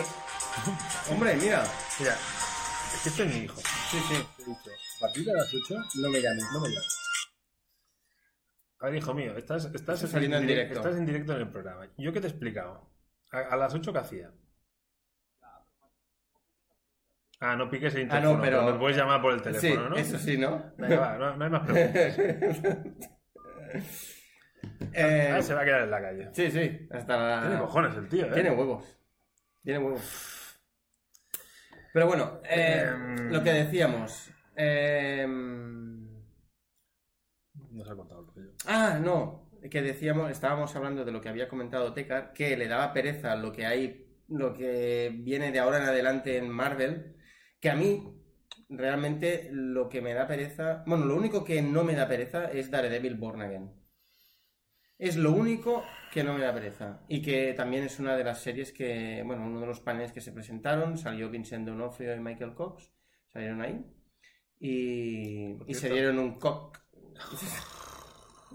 Hombre, mira. Mira, es que este es mi hijo. Sí, sí. He dicho, a partir de las 8 No me llames. no me llames. A ver, hijo mío, estás, estás, Estás saliendo en direc- directo. estás en directo en el programa. ¿Yo qué te he explicado? A, a las 8 que hacía. Ah, no piques el Ah, interfono, no, pero... pero- me puedes llamar por el teléfono, sí, ¿no? Ah, eso sí, ¿no? Venga, va, no, no hay más preguntas. Eh, Ahora se va a quedar en la calle. sí, sí, hasta la... ah, Tiene cojones el tío, ¿eh? Ah. Tiene huevos. Tiene huevos. Pero bueno, eh, Em. lo que decíamos. eh, Nos ha contado el rollo. ah, no. Que decíamos, estábamos hablando de lo que había comentado Tecar, que le daba pereza lo que hay, lo que viene de ahora en adelante en Marvel. Que a mí, realmente, lo que me da pereza. Bueno, lo único que no me da pereza es Daredevil Born Again. Es lo único que no me da pereza. Y que también es una de las series que, bueno, uno de los paneles que se presentaron, salió Vincent D'Onofrio y Michael Cox, salieron ahí. Y, Por y se cierto. dieron un cock.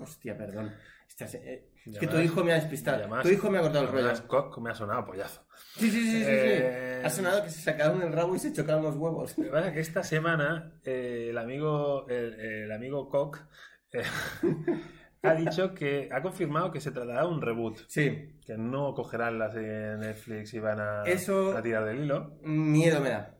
Hostia, perdón. Esta se- eh, es que tu Llamarás- hijo me ha despistado. llamarás- Tu hijo me ha cortado el rollo. llamarás Cock, me ha sonado pollazo. Sí, sí, sí, sí, sí. Eh, Ha sonado que se sacaron el rabo y se chocaron los huevos. Lo que pasa es que esta semana eh, el amigo el, el amigo Koch eh, ha dicho que ha confirmado que se tratará de un reboot, Sí, que no cogerán la serie de Netflix y van a, Eso- a tirar del hilo. miedo me da.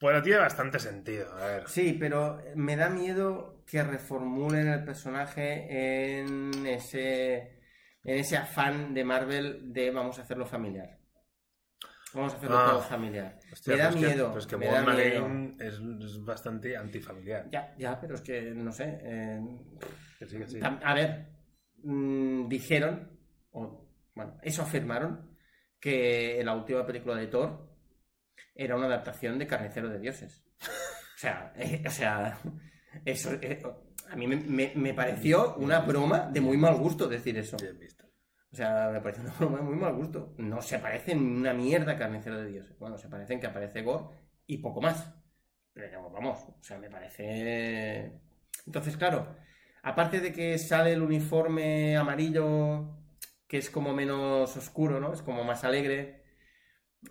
Bueno, tiene bastante sentido, a ver. Sí, pero eh, me da miedo que reformulen el personaje en ese, en ese afán de Marvel de vamos a hacerlo familiar. Vamos a hacerlo Ah. todo familiar. Hostia, me da pero es que- miedo. pero es que me da Born miedo. Again es, es bastante antifamiliar. Ya, ya, pero es que no sé. eh, Que sí, que sí. tam- A ver, mm, dijeron, o bueno, eso afirmaron, que la última película de Thor era una adaptación de Carnicero de Dioses. O sea, eh, o sea eso eh, a mí me, me- me pareció una broma de muy mal gusto decir eso. Bien visto. O sea, me parece una broma de muy mal gusto. No se parecen una mierda a Carnicero de Dioses. Bueno, se parecen que aparece Gore y poco más. Pero vamos, o sea, me parece. Entonces, claro, aparte de que sale el uniforme amarillo, que es como menos oscuro, ¿no? Es como más alegre.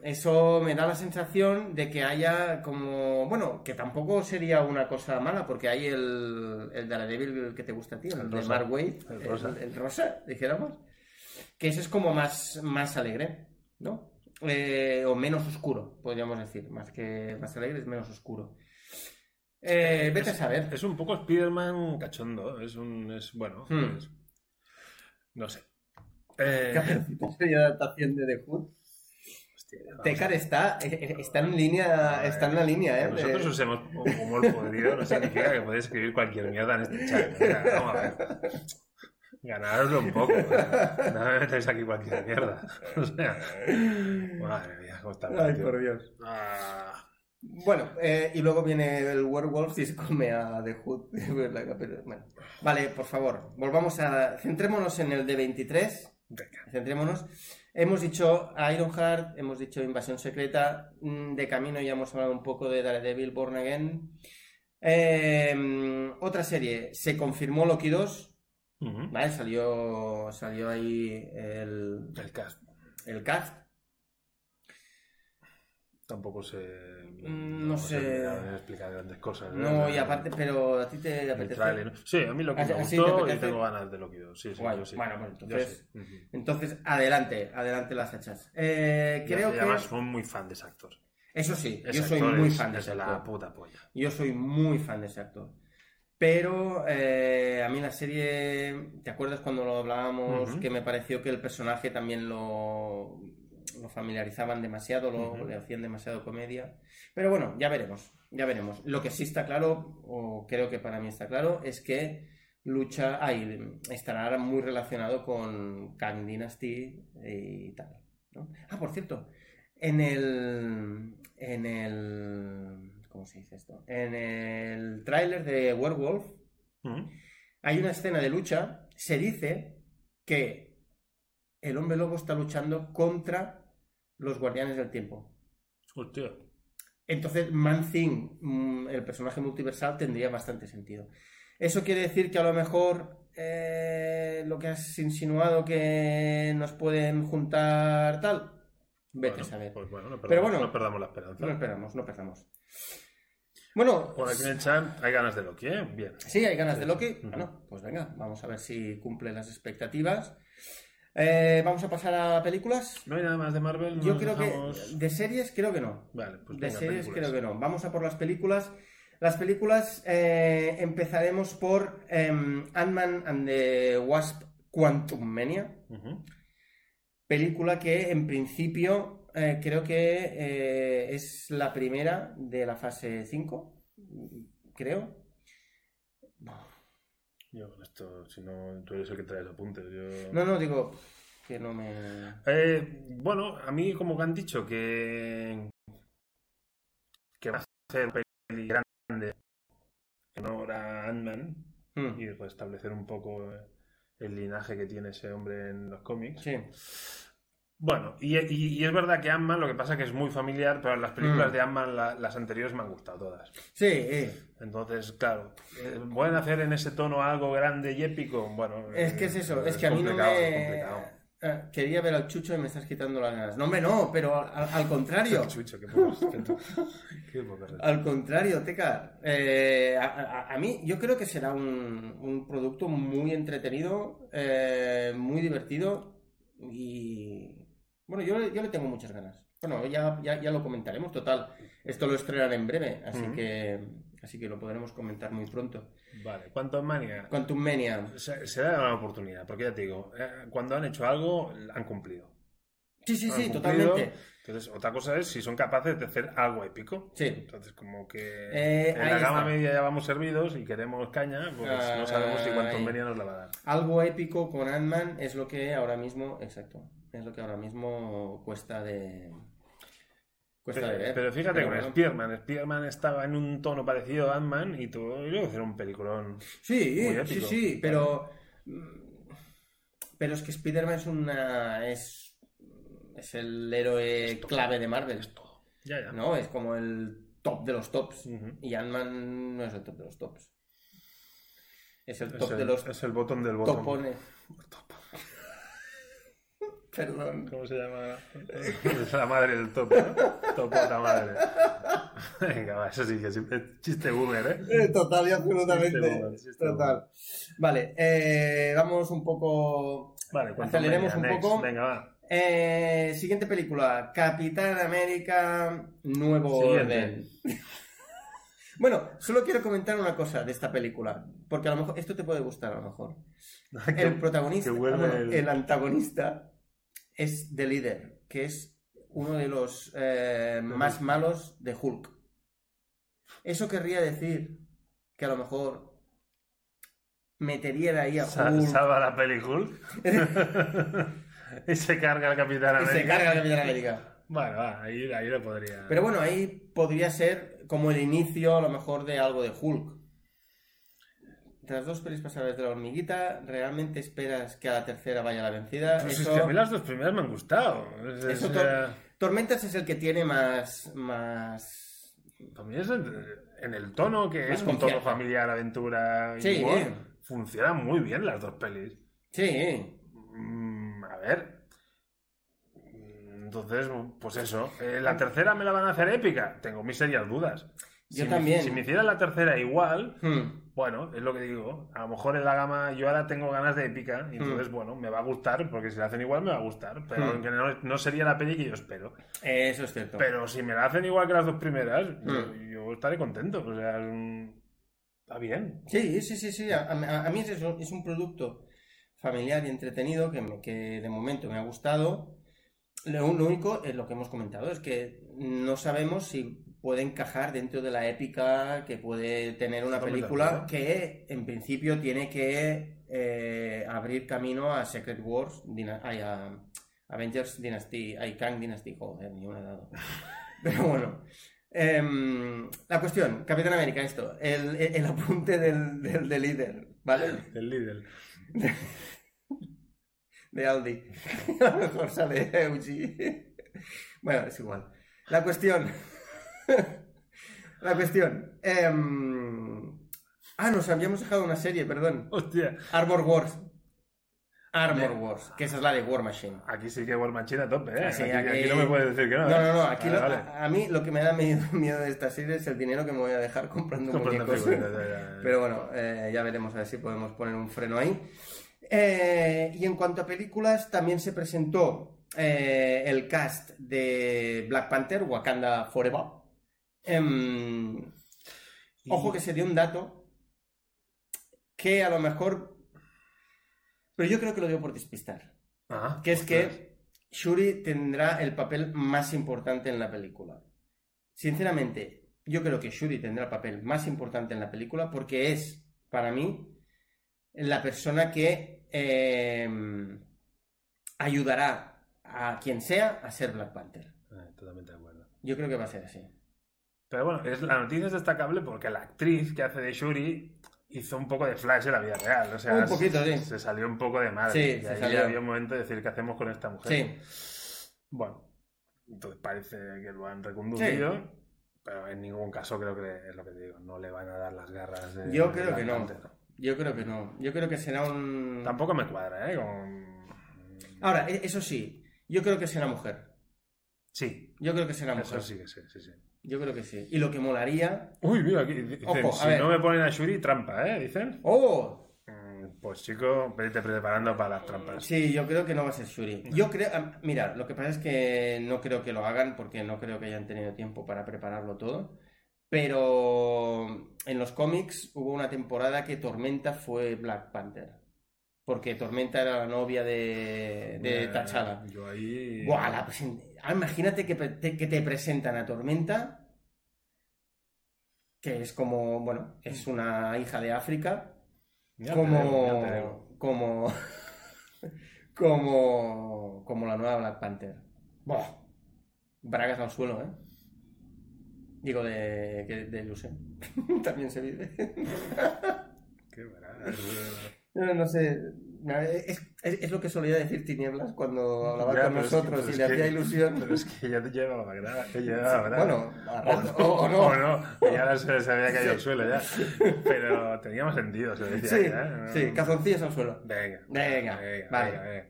Eso me da la sensación de que haya como. Bueno, que tampoco sería una cosa mala, porque hay el, el Daredevil que te gusta a ti, el, El de rosa. Mark Waid, El rosa. el rosa, dijéramos. Que ese es como más, más alegre, ¿no? Eh, o menos oscuro, podríamos decir. Más que más alegre es menos oscuro. Eh, vete a saber. Es un poco Spider-Man cachondo. Es un. Es, bueno. Hmm. es- no sé. Eh, Sería adaptación de The Hood. hostia, vamos. Tecar está, eh, está en línea, está en la línea, ¿eh? Nosotros De- usemos humor podrido, no significa que podéis escribir cualquier mierda en este chat. O sea, vamos a ver. Ganároslo un poco. o sea, No me metáis aquí cualquier mierda. O sea, madre mía, cómo está el Ay, patio. por Dios. Ah, Bueno, eh, y luego viene el werewolf y se come a The Hood. Pero, bueno. Vale, por favor, volvamos a. Centrémonos en el D23. venga. Centrémonos. Hemos dicho Ironheart, hemos dicho Invasión Secreta, mm, de camino ya hemos hablado un poco de Daredevil Born Again. Eh, otra serie, se confirmó Loki 2, Ujú. ¿vale? Salió, salió ahí el, El cast el cast. tampoco se. Mm, no sé. explicar grandes cosas. ¿eh? No, y aparte, pero a ti te El apetece. trailer, ¿no? Sí, a mí lo que Ah, me sí, ¿te gustó y apetece? tengo ganas de lo que yo. Sí, sí, Guay. yo sí. Bueno, pues Yo entonces- sí. Ujú. Entonces, adelante, adelante las hachas. Eh, Y creo además, que. soy muy fan de ese actor. Eso sí, Ese yo soy actor muy es- fan de es ese la actor. puta polla. Yo soy muy fan de ese actor. Pero eh, a mí la serie, ¿te acuerdas cuando lo hablábamos? Ujú. Que me pareció que el personaje también lo, lo familiarizaban demasiado, lo, Ujú. le hacían demasiado comedia. Pero bueno, ya veremos, ya veremos. Lo que sí está claro, o creo que para mí está claro, es que lucha, ahí estará muy relacionado con Kang Dynasty y tal. ¿no? Ah, por cierto, en el. En el. ¿Cómo se dice esto? En el tráiler de Werewolf Ujú. hay una escena de lucha. Se dice que el hombre lobo está luchando contra los guardianes del tiempo. Hostia. Entonces, Man Thing, mm, el personaje multiversal, tendría bastante sentido. Eso quiere decir que a lo mejor eh, lo que has insinuado que nos pueden juntar tal. Vete Bueno, a saber. Pues bueno, no perdamos, Pero bueno. no perdamos la esperanza. No esperamos, no perdamos. Bueno, Por aquí en el chat hay ganas de lo que, Bien. sí, hay ganas de Loki. Ujú. Bueno, pues venga, vamos a ver si cumple las expectativas. Eh, Vamos a pasar a películas. No hay nada más de Marvel. Yo nos creo que. dejamos- De series, creo que no. Vale, pues de venga, series películas. creo que no. Vamos a por las películas. Las películas eh, empezaremos por eh, Ant-Man and the Wasp Quantum Mania. Ujú. Película que en principio eh, creo que eh, es la primera de la fase 5, creo. Yo con esto, si no, tú eres el que traes apuntes. Yo... No, no, digo que no me... Eh, bueno, a mí, como que han dicho, que. que va a ser peli grande en honor a Ant-Man Mm, y restablecer un poco el linaje que tiene ese hombre en los cómics. Sí, Bueno, y, y- y es verdad que Ant-Man, lo que pasa es que es muy familiar, pero las películas Mm. de Ant-Man, la- las anteriores me han gustado todas. sí, eh. Entonces, claro, eh, ¿pueden hacer en ese tono algo grande y épico? Bueno, Es que es eso, es que a mí no complicado, es me... complicado. Ah, Quería ver al Chucho y me estás quitando las ganas. No, hombre, no, pero al, al contrario. Chucho, qué poco respeto. Qué poco respeto. Al contrario, Teca. Eh, a, a- a mí, yo creo que será un, un producto muy entretenido, eh, muy divertido y. Bueno, yo, le- yo le tengo muchas ganas. Bueno, ya, ya, ya lo comentaremos, total. Esto lo estrenan en breve, así Ujú. que así que lo podremos comentar muy pronto. Vale, Quantum Mania Quantum Mania. se, se da una oportunidad, porque ya te digo, eh, cuando han hecho algo, han cumplido. Sí, sí, Han sí, cumplido. totalmente. Entonces, otra cosa es si son capaces de hacer algo épico. Sí. Entonces, como que Eh, en la ahí gama está. media ya vamos servidos y queremos caña, pues Ah, no sabemos si Quantum Ay. Mania nos la va a dar. Algo épico con Ant-Man es lo que ahora mismo, exacto, es lo que ahora mismo cuesta de cuesta de ver. Pero, pero fíjate, con bueno. Spearman, Spearman estaba en un tono parecido a Ant-Man y todo, y luego hicieron un peliculón. Sí, Muy sí, épico. sí, pero mm, pero es que Spider-Man es una es es el héroe clave de Marvel, Ya, ya. ¿no? Es como el top de los tops Ujú. y Ant-Man no es el top de los tops. Es el Es top el- de los es el botón del botón. topones. Perdón. ¿Cómo se llama? Es la madre del topo, ¿no? Topo la madre. Venga, va, eso sí que es es chiste boomer, ¿eh? Eh, Total y Chiste absolutamente. boomer, chiste boomer. Total. Vale, eh, vamos un poco. Vale, cuanto media, Aceleremos un next. poco. Venga, va. Eh, siguiente película: Capitán América, Nuevo Siguiente. Orden. bueno, solo quiero comentar una cosa de esta película, porque a lo mejor esto te puede gustar, a lo mejor. El protagonista, que vuelve bueno, el- el... antagonista, es The Leader, que es uno de los eh, más malos de Hulk. Eso querría decir que a lo mejor metería ahí a Sa- Hulk. salva la película. y se carga el Capitán y se América. carga la Capitán América. Bueno, va, ahí, ahí lo podría. Pero bueno, ahí podría ser como el inicio, a lo mejor, de algo de Hulk. De las dos pelis pasadas de la hormiguita, ¿realmente esperas que a la tercera vaya la vencida? Pues Eso- es que a mí las dos primeras me han gustado. Es- Eso es, to- eh, Tormentas es el que tiene más. más. También es en, en el tono que es, Más un tono confianza. familiar, aventura y Sí. humor. Funcionan muy bien las dos pelis. Sí. Mm, a ver. Mm, Entonces, pues eso. Eh, ¿La tercera me la van a hacer épica? Tengo mis serias dudas. Yo si también. Me, si me hicieran la tercera igual, Hmm. bueno, es lo que digo. A lo mejor en la gama yo ahora tengo ganas de épica. Y entonces, bueno, me va a gustar, porque si la hacen igual me va a gustar. Pero Mm. en general no sería la peli que yo espero. Eso es cierto. Pero si me la hacen igual que las dos primeras, yo, Mm. yo estaré contento. O sea, es un- está bien. Sí, sí, sí, sí. A, a- a mí es, eso, es un producto familiar y entretenido que, me- que de momento me ha gustado. Lo, lo único es lo que hemos comentado, es que no sabemos si puede encajar dentro de la épica que puede tener una Totalmente de película acuerdo. que en principio tiene que eh, abrir camino a Secret Wars, dina- ay, a Avengers Dynasty, a Kang Dynasty, joder, ni una he dado. Pero bueno. Em, la cuestión, Capitán América, esto, el, el- el apunte del, del- del líder, ¿vale? El líder. De Aldi. A lo mejor sale Eugi. Bueno, es igual. La cuestión. La cuestión. em, ah, nos habíamos dejado una serie, perdón. Hostia. Armor Wars. Armor Wars, que esa es la de War Machine. Aquí sí que War Machine a tope, ¿eh? Ah, sí, aquí, aquí- aquí no me puedes decir que no. No, ¿eh? no, no, Ah, aquí Vale, lo- vale. a, a mí lo que me da miedo, miedo de esta serie es el dinero que me voy a dejar comprando Comprando muñecos. figuritas, ya, ya, ya. Pero bueno, eh, ya veremos a ver si podemos poner un freno ahí. Eh, y en cuanto a películas, también se presentó eh, el cast de Black Panther, Wakanda Forever. Em, Y- Ojo que se dio un dato que a lo mejor... Pero yo creo que lo dio por despistar. Ah, Que es ostras. que Shuri tendrá el papel más importante en la película. Sinceramente, yo creo que Shuri tendrá el papel más importante en la película porque es, para mí, la persona que eh, ayudará a quien sea a ser Black Panther. Ah, totalmente de acuerdo. Yo creo que va a ser así. Pero bueno, es- la noticia es destacable porque la actriz que hace de Shuri hizo un poco de flash en la vida real. O sea, Un poquito, sí. se salió un poco de madre. Sí, y se ahí salió. había un momento de decir, ¿qué hacemos con esta mujer? Sí. Bueno, entonces parece que lo han reconducido, pero en ningún caso creo que es lo que te digo, no le van a dar las garras de... Yo creo de que no. Atlante. Yo creo que no. Yo creo que será un... Tampoco me cuadra, ¿eh? Con- Ahora, e- eso sí, yo creo que será mujer. Sí, Yo creo que será eso mujer. sí que sí, sí, sí. Yo creo que sí. Y lo que molaría... Uy, mira, aquí dicen, Ojo, a si ver. no me ponen a Shuri, trampa, ¿eh? Dicen. ¡Oh! Mm, Pues chico, vete preparando para las trampas. Sí, yo creo que no va a ser Shuri. No. Yo creo, ah, mira, lo que pasa es que no creo que lo hagan porque no creo que hayan tenido tiempo para prepararlo todo. Pero en los cómics hubo una temporada que Tormenta fue Black Panther. Porque Tormenta era la novia de, de Eh, T'Challa. Yo ahí... Buah, la presen- ah, imagínate que pre- te, que te presentan a Tormenta, que es como, bueno, es Mm. una hija de África, Ya te digo, ya te digo. como, como, como, como la nueva Black Panther. Buah, bragas al suelo, ¿eh? Digo, de, que- de Lucen. También se vive. Qué barato. No, no sé. na- Es, es- es lo que solía decir Tinieblas cuando hablaba Ya, con pero es que- nosotros pero y es le que- hacía ilusión. Pero es que ya te llevaba grava, te llevaba grava. Bueno, a O rato- o, o no. o que ya se, se había caído al suelo ya. Pero teníamos sentido, se decía. Sí, ya, ¿eh? sí, calzoncillos al suelo. Venga. Venga, vale. venga.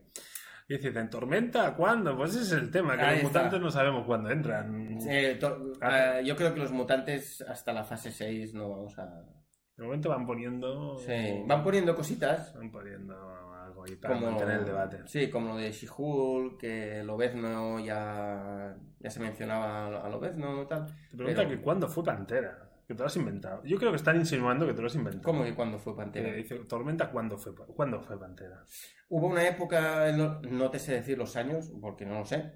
Y dicen, ¿tormenta? ¿Cuándo? Pues ese es el tema, que Ahí los está. mutantes no sabemos cuándo entran. Eh, to- Ah. eh, yo creo que los mutantes hasta la fase 6 no vamos a... De momento van poniendo. Sí, van poniendo cositas. Van poniendo algo ahí para mantener el debate. Sí, como lo de She-Hulk, que Lobezno ya, ya se mencionaba a Lobezno y tal. Te preguntan Pero- que cuándo fue Pantera. Que te lo has inventado. Yo creo que están insinuando que te lo has inventado. ¿Cómo que cuando fue Eh, Pantera? dice, ¿Tormenta cuándo fue, cuándo fue Pantera? Hubo una época, en lo- no te sé decir los años, porque no lo sé,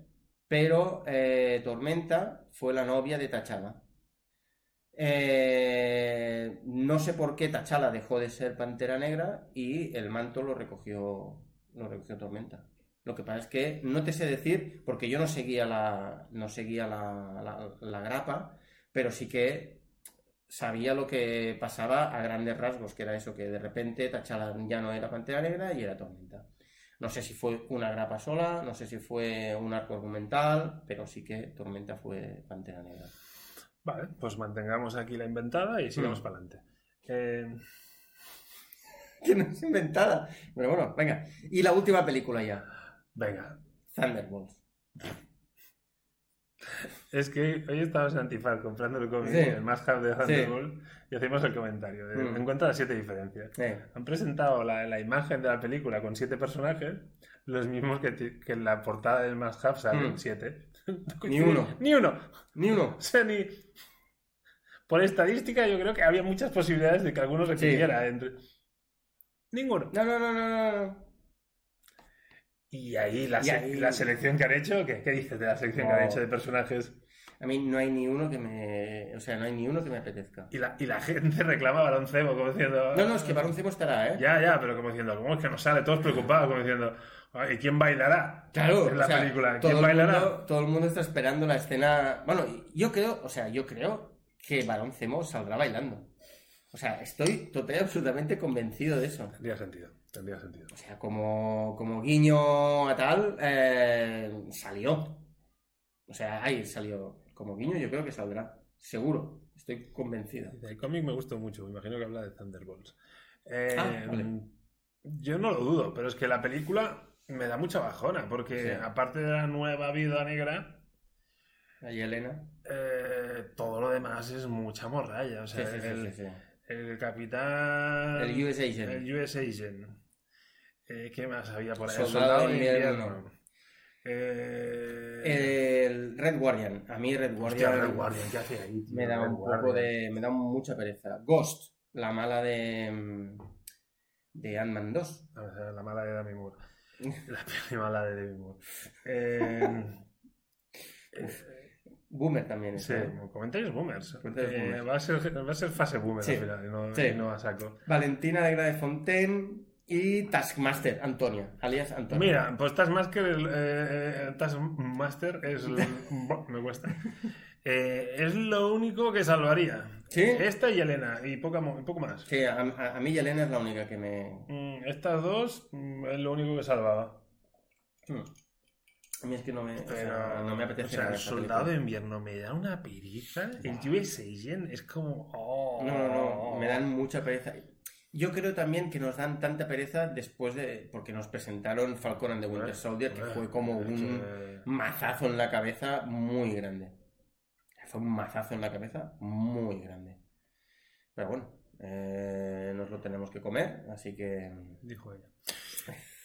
pero eh, Tormenta fue la novia de T'Challa. Eh, no sé por qué T'Challa dejó de ser Pantera Negra y el manto lo recogió, lo recogió Tormenta. Lo que pasa es que no te sé decir, porque yo no seguía la, no seguía la, la- la grapa, pero sí que sabía lo que pasaba a grandes rasgos, que era eso, que de repente T'Challa ya no era Pantera Negra y era Tormenta. No sé si fue una grapa sola, no sé si fue un arco argumental, pero sí que Tormenta fue Pantera Negra. Vale, pues mantengamos aquí la inventada y sigamos Mm. para adelante. Eh, Que no es inventada. Pero bueno, venga. Y la última película ya, venga, Thunderbolts. es que hoy estábamos en Antifaz comprando el cómic, Sí. el más hard de Thunderbolt, y hacemos el comentario. de, Mm. Encuentra las siete diferencias. Eh, Han presentado la, la imagen de la película con siete personajes, los mismos que, ti- que en la portada del Más Hub salen Mm. siete. Ni uno. Ni uno. ni uno. O sea, ni. Por estadística, yo creo que había muchas posibilidades de que alguno repitiera. Entre... Ninguno. No, no, no, no, no, no. Y ahí la, Y se- ahí- la selección que han hecho, ¿qué, qué dices de la selección que han No. hecho de personajes? A mí no hay ni uno que me... O sea, no hay ni uno que me apetezca. Y la, y la gente reclama a Baloncebo como diciendo... No, no, es que para un cebo estará, ¿eh? Ya, ya, pero como diciendo, ¿cómo es que no sale? Todos preocupados, como diciendo, "Ay, ¿y quién bailará? Claro, En la o sea, película, todo ¿quién el bailará? mundo- todo el mundo está esperando la escena. Bueno, yo creo, o sea, yo creo que Barón Zemo saldrá bailando. O sea, estoy total y absolutamente convencido de eso. Tendría sentido, tendría sentido. O sea, como, como guiño a tal, eh, salió. O sea, ahí salió. Como guiño, yo creo que saldrá. Seguro. Estoy convencido. El cómic me gustó mucho, me imagino que habla de Thunderbolts. Eh, Ah, vale. Yo no lo dudo, pero es que la película me da mucha bajona, porque Sí. aparte de la nueva vida negra, Ahí Elena. eh, todo lo demás es mucha morralla. O Sí, sea, sí, sí, el- sí, sí. El capitán. El US Agent. El US Agent. Eh, ¿Qué más había por ahí? Soldado de Invierno. Eh, El Red Guardian. A mí Red hostia, Guardian, Red Guardian, ¿qué hace ahí? tío? me da Red un Guardian. poco de... Me da mucha pereza. Ghost, la mala de... mm, De Ant-Man 2. A ver, La mala de Demi Moore. La peli mala de Demi Moore. Eh, Boomer también. es, sí, ¿no? comentarios boomers. Comentarios Eh, boomers. Va, a ser, va a ser fase boomer Sí, al final. y no, sí. y no a saco. Valentina de Gradefontaine y Taskmaster, Antonio, alias Antonio. Mira, pues Taskmaster, el, eh, Taskmaster es. el- Buah, me cuesta. Eh, es lo único que salvaría. ¿Sí? Esta y Elena, y poca mo- y poco más. Sí, a, a- a mí Yelena es la única que me... Mm, estas dos mm, es lo único que salvaba. Hmm. A mí es que no me, o sea, Pero no me apetece o sea, nada el esta soldado de película. invierno me da una pereza. El Buah. US Agent es como. oh. No, no, no, me dan mucha pereza. Yo creo también que nos dan tanta pereza después de... Porque nos presentaron Falcon and the Winter Soldier, que Eh, fue como es un que- mazazo en la cabeza muy grande. Fue un mazazo en la cabeza muy grande. Pero bueno, eh, nos lo tenemos que comer, así que... Dijo ella.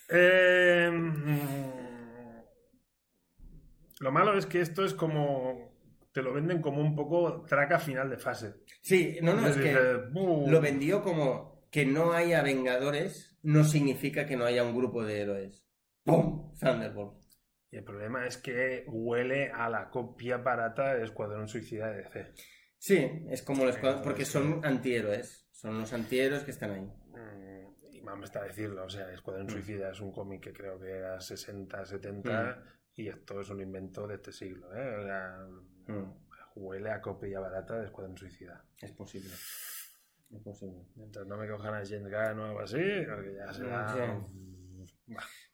Eh, mm, lo malo es que esto es como. Te lo venden como un poco traca final de fase. Sí, no, no, es Entonces que... dices, "Bu". Lo vendió como que no haya Vengadores no significa que no haya un grupo de héroes. ¡Pum! Thunderbolt. Y el problema es que huele a la copia barata de Escuadrón Suicida de DC. Sí, es como los Vengadores, porque son antihéroes. Son los antihéroes que están ahí. Mm, Y más me está decirlo, o sea, Escuadrón Mm. Suicida es un cómic que creo que era 60, 70 y esto es un invento de este siglo, ¿eh? O sea, Mm, huele a copia barata de Escuadrón Suicida. es posible. Es posible. Mientras no me cojan a Gen Gunn o algo así, porque ya será...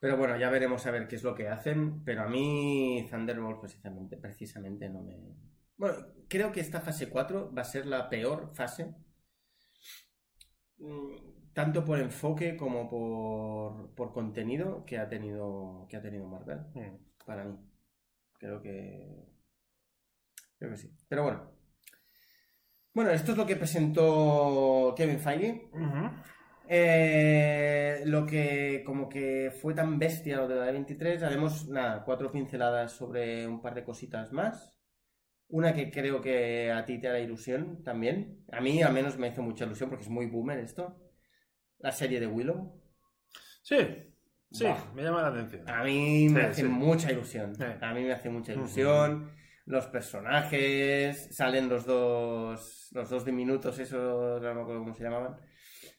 Pero bueno, ya veremos a ver qué es lo que hacen. Pero a mí, Thunderbolt, precisamente, precisamente no me. Bueno, creo que esta fase 4 va a ser la peor fase. Mm, Tanto por enfoque como por, por contenido que ha tenido que ha tenido Marvel Mm. para mí. Creo que. Creo que sí. Pero bueno. Bueno, esto es lo que presentó Kevin Feige. Ujú. Eh, lo que como que fue tan bestia lo de la D23, haremos nada, cuatro pinceladas sobre un par de cositas más. Una que creo que a ti te hará ilusión también. A mí al menos me hizo mucha ilusión porque es muy boomer esto. La serie de Willow. Sí, sí, Buah. Ah. me llama la atención. A mí me Sí, hace sí. mucha ilusión. Sí. A mí me hace mucha Ujú. ilusión. Los personajes, salen los dos, los dos diminutos, esos, no me acuerdo cómo se llamaban.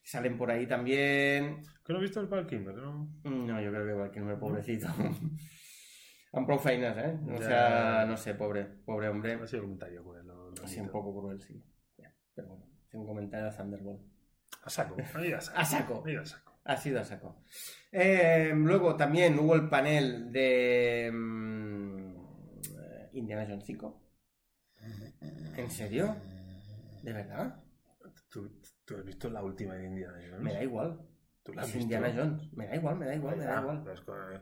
Salen por ahí también. Que no he visto el Val Kilmer, ¿no? Mm, No, yo creo que igual que el pobrecito. Han profainas, ¿eh? O Ya. sea, no sé, pobre, pobre hombre. Ha sido comentario cruel. lo- lo Así un bonito. poco cruel, sí. Pero bueno, es un comentario a Thunderbolt. A saco, ahí a saco. A saco. Ahí a saco. Ha sido a saco. Eh, luego también hubo el panel de mm, eh, Indiana Jones 5. ¿En serio? ¿De verdad? ¿Tú, tú has visto la última de Indiana Jones? Me da igual. ¿Tú la has Es visto? Indiana Jones. Me da igual, me da igual, me da Ah, igual. pues, eh,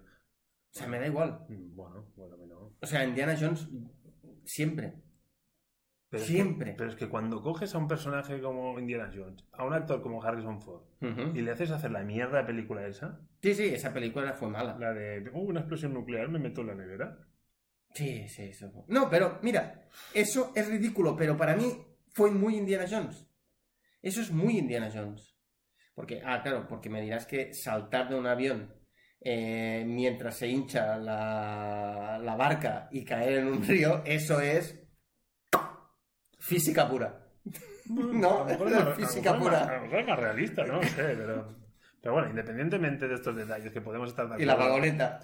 O sea, me da igual. Mm, Bueno, bueno, a mí no. O sea, Indiana Jones siempre. es Siempre. que- pero es que cuando coges a un personaje como Indiana Jones, a un actor como Harrison Ford, Ujú. y le haces hacer la mierda de película esa, Sí, sí, esa película fue mala. la de "Uh, una explosión nuclear, me meto en la nevera. Sí, sí, eso fue- No, pero mira, eso es ridículo, pero para mí fue muy Indiana Jones. Eso es muy Indiana Jones. Porque, ah, claro, porque me dirás que saltar de un avión eh, mientras se hincha la, la barca y caer en un río, eso es física pura. No, A lo mejor la es más- física a lo mejor es más- pura. A lo mejor es más realista, no sé, pero. Pero bueno, independientemente de estos detalles que podemos estar de Y la acuerdo, vagoneta.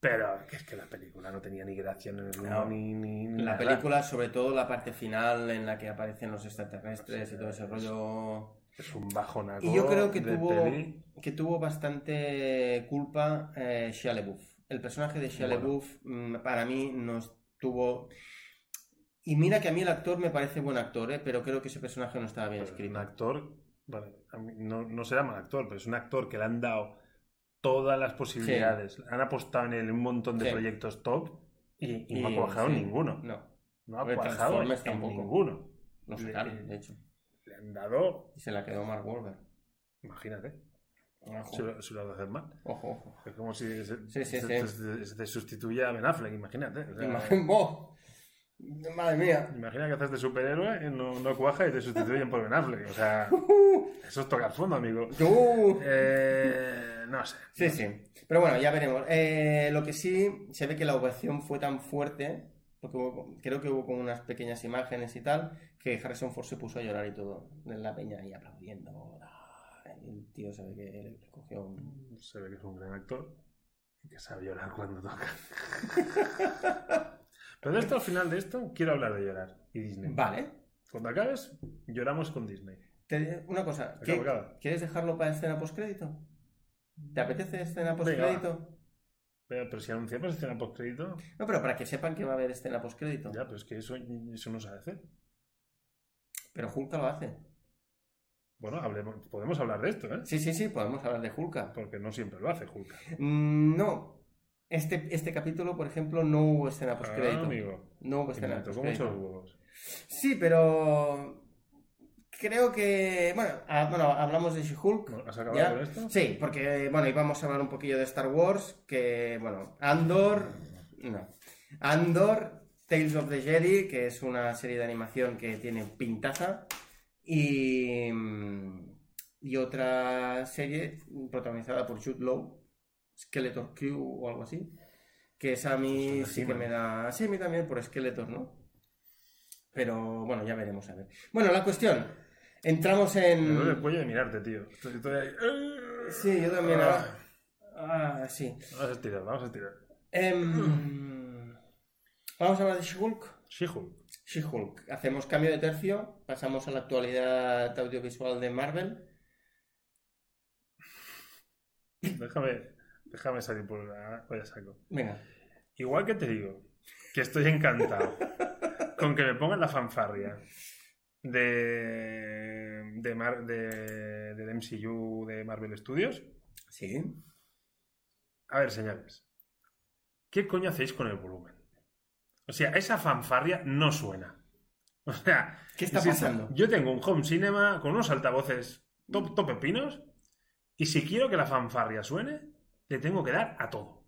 Pero que es que la película no tenía ni gracia en el No. ni, ni- ni La nada. película, sobre todo la parte final en la que aparecen los extraterrestres y todo ese rollo. Es un bajonazo. Y yo creo que de tuvo, peli. que tuvo bastante culpa eh, Shia LaBeouf. El personaje de Shia Bueno. LaBeouf mm, para mí no estuvo... Y mira que a mí el actor me parece buen actor, ¿eh? pero creo que ese personaje no estaba bien Pero Pues, Un escrito. actor, bueno, a mí no, no será mal actor, pero es un actor que le han dado todas las posibilidades. Han apostado en él un montón de Sí. proyectos top y, y no Y- ha cuajado sí. ninguno. No, No ha Porque cuajado en Transformers tampoco. ninguno. lo Le- sacaron, de hecho. Le han dado, Y se la quedó Mark Wahlberg. imagínate, Y Ojo, Se lo, se lo ha de hacer mal. ojo, ojo. Es como si se, Sí, se- sí, sí. se- se- se sustituye a Ben Affleck, imagínate. O sea, Imagín- ¡Oh! Madre mía. imagina que haces de superhéroe, no, no cuaja y te sustituyen por Ben Affleck. O sea, eso es tocar fondo, amigo. Uh. Eh, no sé. Sí, sí. Pero bueno, ya veremos. Eh, lo que sí, se ve que la ovación fue tan fuerte, porque hubo- creo que hubo como unas pequeñas imágenes y tal, que Harrison Ford se puso a llorar y todo, en la peña ahí aplaudiendo. El tío se ve que le cogió un... Se ve que es un gran actor y que sabe llorar cuando toca. Pero de esto, al final de esto, quiero hablar de llorar y Disney. Vale. Cuando acabes, lloramos con Disney. Te- una cosa, ¿qué- Acaba, acaba. ¿quieres dejarlo para escena postcrédito? ¿Te apetece escena postcrédito? Pero, pero si anunciamos escena post-crédito, No, pero para que sepan que va a haber escena postcrédito. ya, pero es que eso, eso no sabe hacer. Pero Julka lo hace. Bueno, hablemos, podemos hablar de esto, ¿eh? Sí, sí, sí, podemos hablar de Julka. Porque no siempre lo hace Hulk. Mm, No. Este, este capítulo, por ejemplo, no hubo escena Ah, postcrédito. amigo. no hubo que me escena tocó mucho los postcrédito. huevos. Sí, pero creo que bueno, ah, bueno, hablamos de She-Hulk. Bueno, ¿Has acabado ¿ya? con esto? Sí, porque bueno, íbamos a hablar un poquillo de Star Wars, que bueno, Andor, no. Andor, Tales of the Jedi, que es una serie de animación que tiene pintaza y mm, y otra serie protagonizada por Jude Law, Skeletor Crew o algo así, que es a mí Ostras, sí que He-Man. me da, sí, a mí también por Skeletor, ¿no? Pero bueno, ya veremos a ver. Bueno, la cuestión, entramos Me duele el en... cuello de mirarte, tío. Estoy, estoy ahí. Sí, yo también... Ah, ah, Ah, sí. Vamos a estirar, vamos a estirar. Em, vamos a hablar de She-Hulk. She-Hulk. She-Hulk. Hacemos cambio de tercio, pasamos a la actualidad audiovisual de Marvel. Déjame, déjame salir por la... Voy a saco. Venga. Igual que te digo que estoy encantado con que me pongan la fanfarria de, de, Mar- de- del MCU de Marvel Studios. Sí. A ver, señores. ¿Qué coño hacéis con el volumen? O sea, esa fanfarria no suena. O sea, ¿Qué está Insisto, pasando? Yo tengo un home cinema con unos altavoces top, top pepinos y si quiero que la fanfarria suene, le tengo que dar a todo.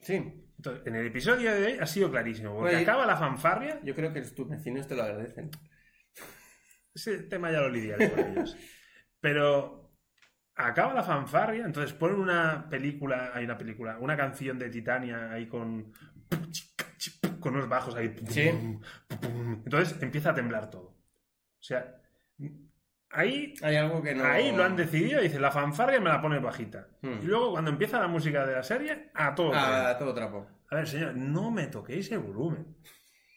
Sí. Entonces, en el episodio de hoy ha sido clarísimo, porque Oye. acaba la fanfarria, Yo creo que tus vecinos te lo agradecen. ese tema ya lo lidiaré con ellos. Pero acaba la fanfarria, entonces ponen una película, hay una película, una canción de Titania ahí con con unos bajos ahí. Sí. Entonces empieza a temblar todo. O sea, ahí Hay algo que no. Ahí lo han decidido, dice la fanfarria me la pone bajita. Hmm. Y luego cuando empieza la música de la serie, a todo. Ah, tren. a todo trapo. A ver, señor, no me toquéis el volumen.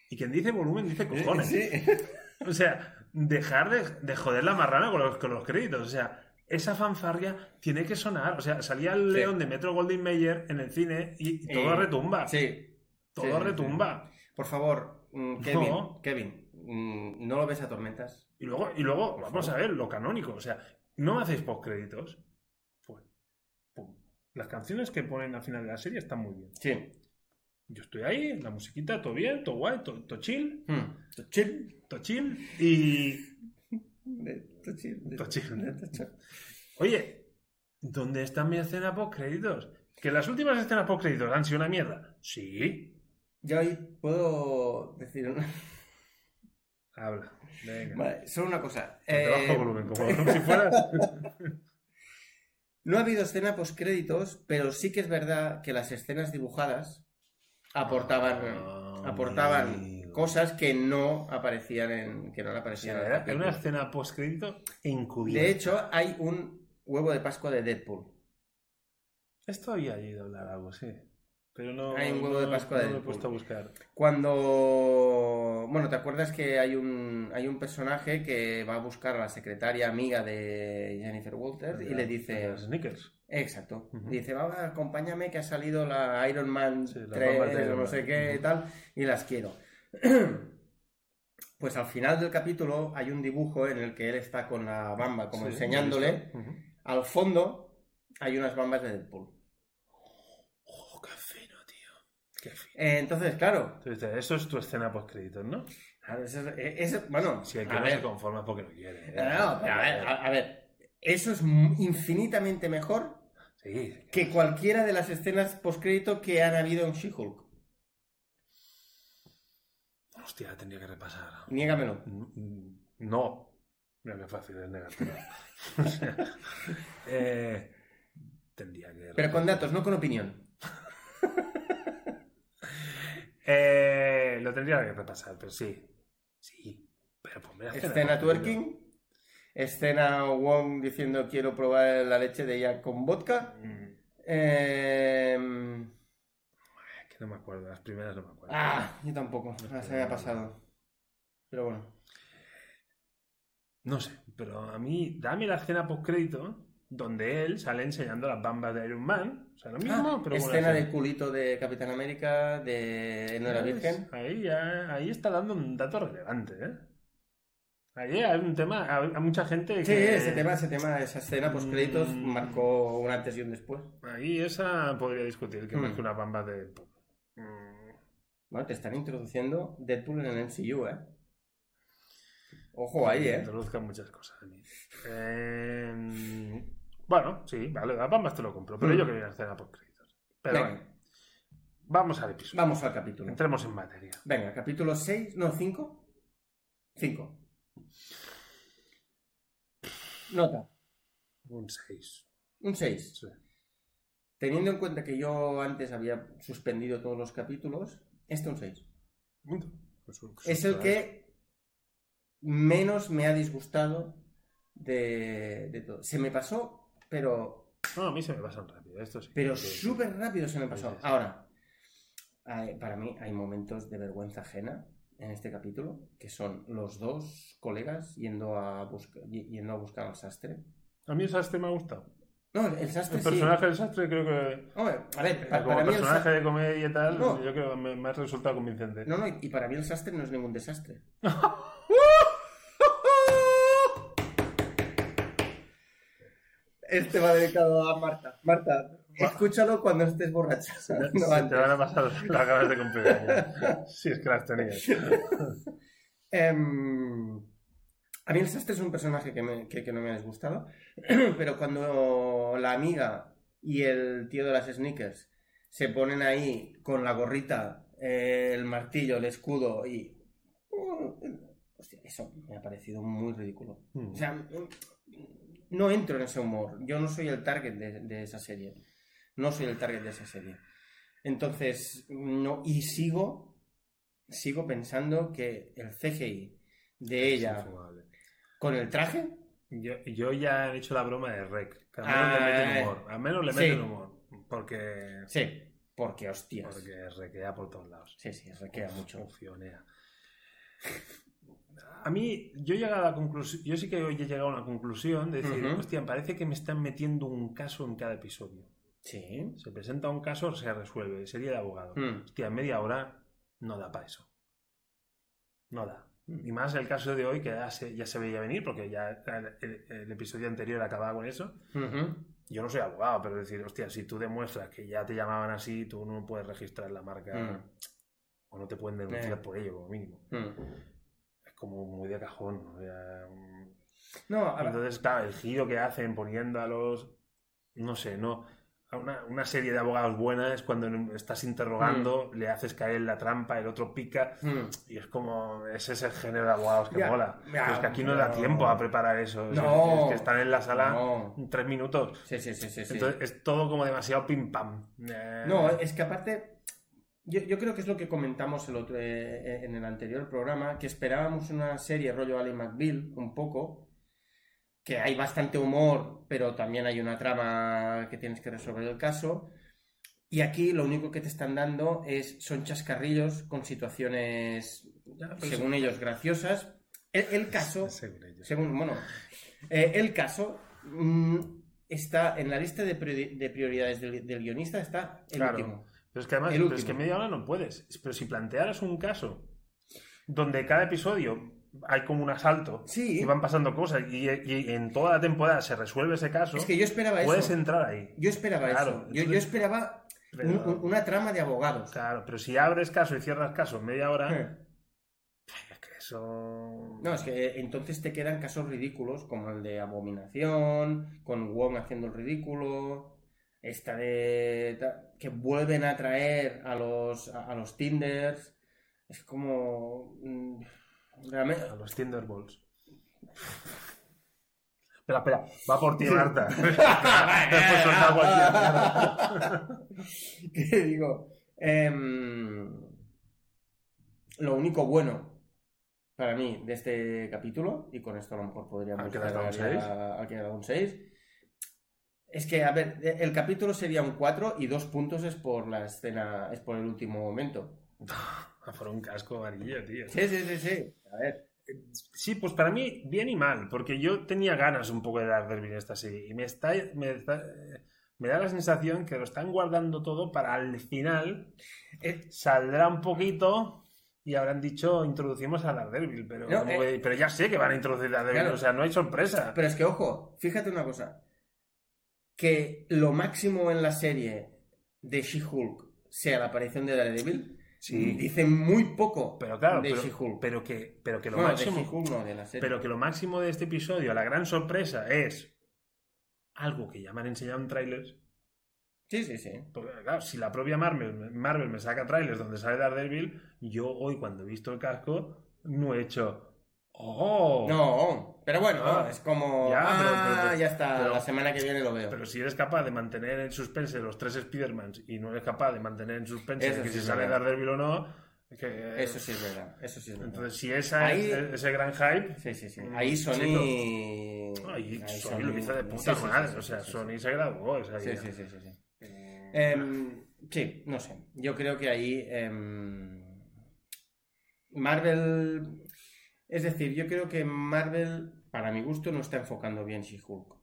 Y quien dice volumen dice cojones. Eh, Sí. O sea, dejar de, de joder la marrana con los, con los créditos. O sea, esa fanfarria tiene que sonar. O sea, salía el Sí. león de Metro Goldwyn Mayer en el cine y, y todo Eh, retumba. Sí. Sí, Todo sí, retumba. Por favor, mm, Kevin, No. Kevin, mm, no lo ves a tormentas. Y luego, y luego Por vamos a favor. ver, lo canónico. O sea, no hacéis postcréditos. Pues, pum. Las canciones que ponen al final de la serie están muy bien. Sí. Yo estoy ahí, la musiquita, todo bien, todo guay, todo, todo chill, Mm. Tochil. todo chill. Y. Tochil. Todo chill. Tochil. Oye, ¿dónde están mis escenas post-créditos? ¿Que las últimas escenas post-créditos han sido una mierda? Sí. Yo ahí puedo decir una... Habla. Venga. Vale, solo una cosa. Te bajo Eh, el volumen, como, como si fueras. no ha habido escena post créditos, pero sí que es verdad que las escenas dibujadas aportaban, Ah, aportaban amigo. cosas que no aparecían en que no O sea, aparecían en el era era capítulo. una escena post-crédito encubierta. De hecho, hay un huevo de Pascua de Deadpool. Esto había ido a hablar algo, sí. Pero no, Hay un huevo no- de Pascua no del lo he puesto a pulpo. buscar. Cuando. Bueno, ¿te acuerdas que hay un, hay un personaje que va a buscar a la secretaria amiga de Jennifer Walters y le dice. Los sneakers. Exacto. Ujú. Dice, vamos, acompáñame que ha salido la Iron Man Sí, las 3 bambas de o Iron no Man. sé qué y Ujú. tal, y las quiero. Pues al final del capítulo hay un dibujo en el que él está con la bamba, como Sí, enseñándole. ¿lo he visto? Ujú. Al fondo hay unas bambas de Deadpool. Oh, qué fino, tío. Qué fino. Eh, entonces, claro, Entonces, eso es tu escena post-créditos, ¿no? claro, eso es- eh, eso- bueno, Si el que a no ver, se conforma es porque no quiere. ¿eh? no, no, pero a ver, a, a ver, Eso es mu- infinitamente mejor Sí. que cualquiera de las escenas postcrédito que han habido en She-Hulk. Hostia, tendría que repasar. Niégamelo. Mm, No. Mira qué fácil es negártelo. O sea, eh, tendría que. Pero con datos, no con opinión. Eh, lo tendría que repasar, pero sí. Sí. Pero pues mira, Escena twerking. Escena Wong diciendo quiero probar la leche de ella con vodka. Mm, Em, Que no me acuerdo, las primeras no me acuerdo. Ah, yo tampoco. Ah, se me ha pasado. Pero bueno. No sé, pero a mí, dame la escena postcrédito donde él sale enseñando las bambas de Iron Man. O sea, lo mismo, Ah, pero con la escena del culito de Capitán América, de No era ¿Ves? virgen. Ahí, ya- ahí está dando un dato relevante, ¿eh? Ahí hay un tema, a, a mucha gente que... Sí, ese tema, ese tema, esa escena post créditos Mm. marcó un antes y un después. Ahí esa podría discutir, que Hmm. más que una bamba de... Mm, Bueno, te están introduciendo Deadpool en el MCU, ¿eh? Ojo ahí, mm, que ¿eh? Introduzcan muchas cosas a mí. Eh, bueno, sí, vale, las bambas te lo compro, pero Hmm. yo quería una escena por créditos. Pero Venga, bueno, vamos al episodio. vamos al capítulo. Entremos en materia. Venga, capítulo 6, no, 5. 5. Nota, Un 6. un 6. Teniendo en cuenta que yo antes había suspendido todos los capítulos, este un 6. Es el que menos me ha disgustado de, de todo. Se me pasó, pero, No, a mí se me pasan rápido, esto sí. pero Sí, sí. súper rápido se me pasó. Sí, sí. Ahora, hay- para mí hay momentos de vergüenza ajena en este capítulo, que son los dos colegas yendo a, busca- y- yendo a buscar al sastre. A mí el sastre me ha gustado. No, el El sastre Este sí. personaje del sastre creo que... Hombre, a ver, pa- como para mí el personaje sastre... de comedia y tal, No. yo creo que me, me ha resultado convincente. No, no, y- y para mí el sastre no es ningún desastre. Este va dedicado a Marta. Marta, escúchalo cuando estés borracha. No Se te antes. van a pasar las ganas de cumplir si es que las tenías. Em, a mí el sastre es un personaje que, me- que- que no me ha disgustado, pero cuando la amiga y el tío de las sneakers se ponen ahí con la gorrita, eh, el martillo, el escudo y... uh, Hostia, eso me ha parecido muy ridículo. Mm. O sea, no entro en ese humor. Yo no soy el target de, de esa serie. No soy el target de esa serie. Entonces, no. Y sigo, sigo pensando que el CGI de Es ella infumable. con el traje. Yo, yo ya he hecho la broma de Rec. Que al menos le Ah, meten eh. humor. Al menos le Sí. meten humor. Porque... Sí. Porque, hostias. Porque requea por todos lados. Sí, sí, requea mucho. Funcionea. A mí, yo he llegado a la conclusión, yo sí que hoy he llegado a una conclusión de decir, Ujú. hostia, parece que me están metiendo un caso en cada episodio. Sí. Se presenta un caso, se resuelve, sería de abogado. Mm. Hostia, en media hora no da para eso. No da. Y más el caso de hoy, que ya se, ya se veía venir, porque ya el, el- el episodio anterior acababa con eso. Ujú. Yo no soy abogado, pero decir, hostia, si tú demuestras que ya te llamaban así, tú no puedes registrar la marca Mm. o no te pueden denunciar Eh. por ello, como mínimo. Mm. Es como muy de cajón. o sea, mm. No, a ver, Entonces, claro, el giro que hacen poniendo a los. No sé, no. A una, una serie de abogados buena es cuando en- estás interrogando, le haces caer en la trampa, el otro pica. mm. Y es como. Ese es el género de abogados que Ya, mola. ya, Pero es que aquí no, pero- da tiempo a preparar eso. Es- No. es que están en la sala No. tres minutos. Sí, sí, sí, sí, sí. Entonces es todo como demasiado pim pam. Eh, No, es que aparte, yo, yo creo que es lo que comentamos el otro, eh, en el anterior programa, que esperábamos una serie rollo Ali McBeal, un poco, que hay bastante humor, pero también hay una trama que tienes que resolver el caso. Y aquí lo único que te están dando es son chascarrillos con situaciones, ya, pero según ellos, graciosas. El, el eso- caso, según ellos. según, bueno, eh, el caso mm, está en la lista de, priori- de prioridades del, del guionista, está el Claro. último. Pero es que además, El pero último. es que media hora no puedes. Pero si plantearas un caso donde cada episodio hay como un asalto Sí, y van pasando cosas y, y en toda la temporada se resuelve ese caso, es que yo esperaba puedes eso. entrar ahí. Yo esperaba Claro, eso. Yo, entonces- yo esperaba Pero, un- un- una trama de abogados. Claro, pero si abres caso y cierras caso en media hora, Eh, es que Eso. Hmm. No, es que eh, entonces te quedan casos ridículos como el de Abominación, con Wong haciendo el ridículo, esta de... ta- que vuelven a traer a los, a, a los Tinders. Es como... mm, Realmente... A los Thunderbolts. espera, espera, va por ti, Marta. Después soltamos ya, claro. que digo, em, lo único bueno para mí de este capítulo, y con esto a lo mejor podríamos ¿Ha quedado un llegar a- ha quedado un 6, es que, a ver, e- el capítulo sería un 4 y dos puntos es por la escena, es por el último momento. A por un casco amarillo, tío. Sí, sí, sí, sí. A ver. Sí, pues para mí, bien y mal, porque yo tenía ganas un poco de dar bien esta serie. Y me está. Me está- me da la sensación que lo están guardando todo para al final Eh, saldrá un poquito y habrán dicho introducimos a Daredevil, pero, No, como eh. que- pero ya sé que van a introducir a Daredevil, Claro. o sea, no hay sorpresa. Pero es que, ojo, fíjate una cosa. Que lo máximo en la serie de She-Hulk sea la aparición de Daredevil, dice muy poco Pero claro, de pero, She-Hulk. pero que, pero que lo Bueno, de máximo. She-Hulk no, de la serie. Pero que lo máximo de este episodio, la gran sorpresa, es algo que ya me han enseñado en trailers. Sí, sí, sí. Porque, claro, si la propia Marvel, Marvel me saca trailers donde sale Daredevil, yo hoy cuando he visto el casco no he hecho... ¡Oh! No, pero bueno, Ah. es como... Ya, ah, pero- pero- pero- ya está, pero- la semana que viene lo veo. Pero si eres capaz de mantener en suspense los tres Spider-Mans y no eres capaz de mantener en suspense Eso que sí si es sale verdad. Daredevil o no... que- Eso sí es verdad, eso sí es verdad. Entonces, si esa es- e-, Ahí- ese gran hype, sí, sí, sí. Mm, Ahí chico. Sony... Ay, ahí Sony lo hizo de puta Sí, sí, madre. sí, o sea, sí, sí, Sony se graduó. o sea, Sí, ya. sí, sí, sí, sí. Eh, Em, sí, no sé. Yo creo que ahí. em, Marvel. Es decir, yo creo que Marvel, para mi gusto, no está enfocando bien She-Hulk.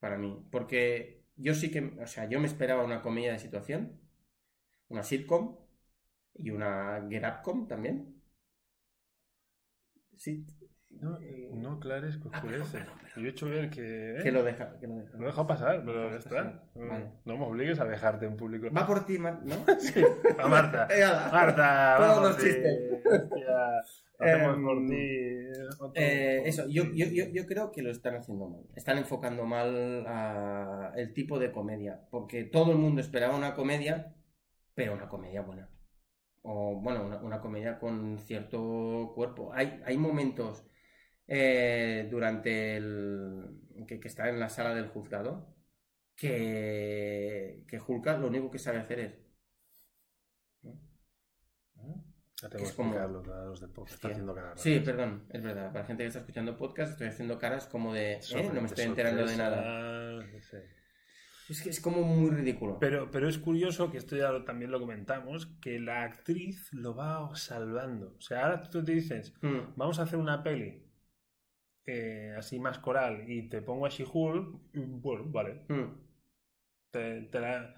Para mí. Porque yo sí que. O sea, yo me esperaba una comedia de situación, una sitcom y una get upcom también. Sí. no, no clares que Ah, perdón, oscurece. perdón, perdón. Yo he hecho ver que. ¿eh? Que lo deja. Que lo deja. Lo he dejado pasar, pero ya Dejas está. Mm, pasar. Vale. No me obligues a dejarte en público. Va por ti, Mar- ¿no? Sí, a Marta. Eh, ala. Marta, Todos vamos, los sí. chistes. Hostia, hacemos Em, por ti, eh, otro- Eh, eso, yo, yo, yo, yo creo que lo están haciendo mal. Están enfocando mal a el tipo de comedia. Porque todo el mundo esperaba una comedia, pero una comedia buena. O bueno, una, una comedia con cierto cuerpo. Hay, hay momentos eh, durante el. Que, que está en la sala del juzgado. Que, que Hulka lo único que sabe hacer es. ¿Eh? Ya tengo es que como- explicarlo a los de podcast. Está Hostia. haciendo cara. Sí, eh, perdón, es verdad. Para la gente que está escuchando podcast, estoy haciendo caras como de. "Eh, No me estoy enterando de nada. nada. Pues Es que es como muy ridículo. ah, Pero, pero es curioso que esto ya lo- también lo comentamos, que la actriz lo va salvando. O sea, ahora tú te dices, Mm. vamos a hacer una peli eh, así más coral y te pongo a She-Hulk, y, bueno, vale, Mm. te, te la,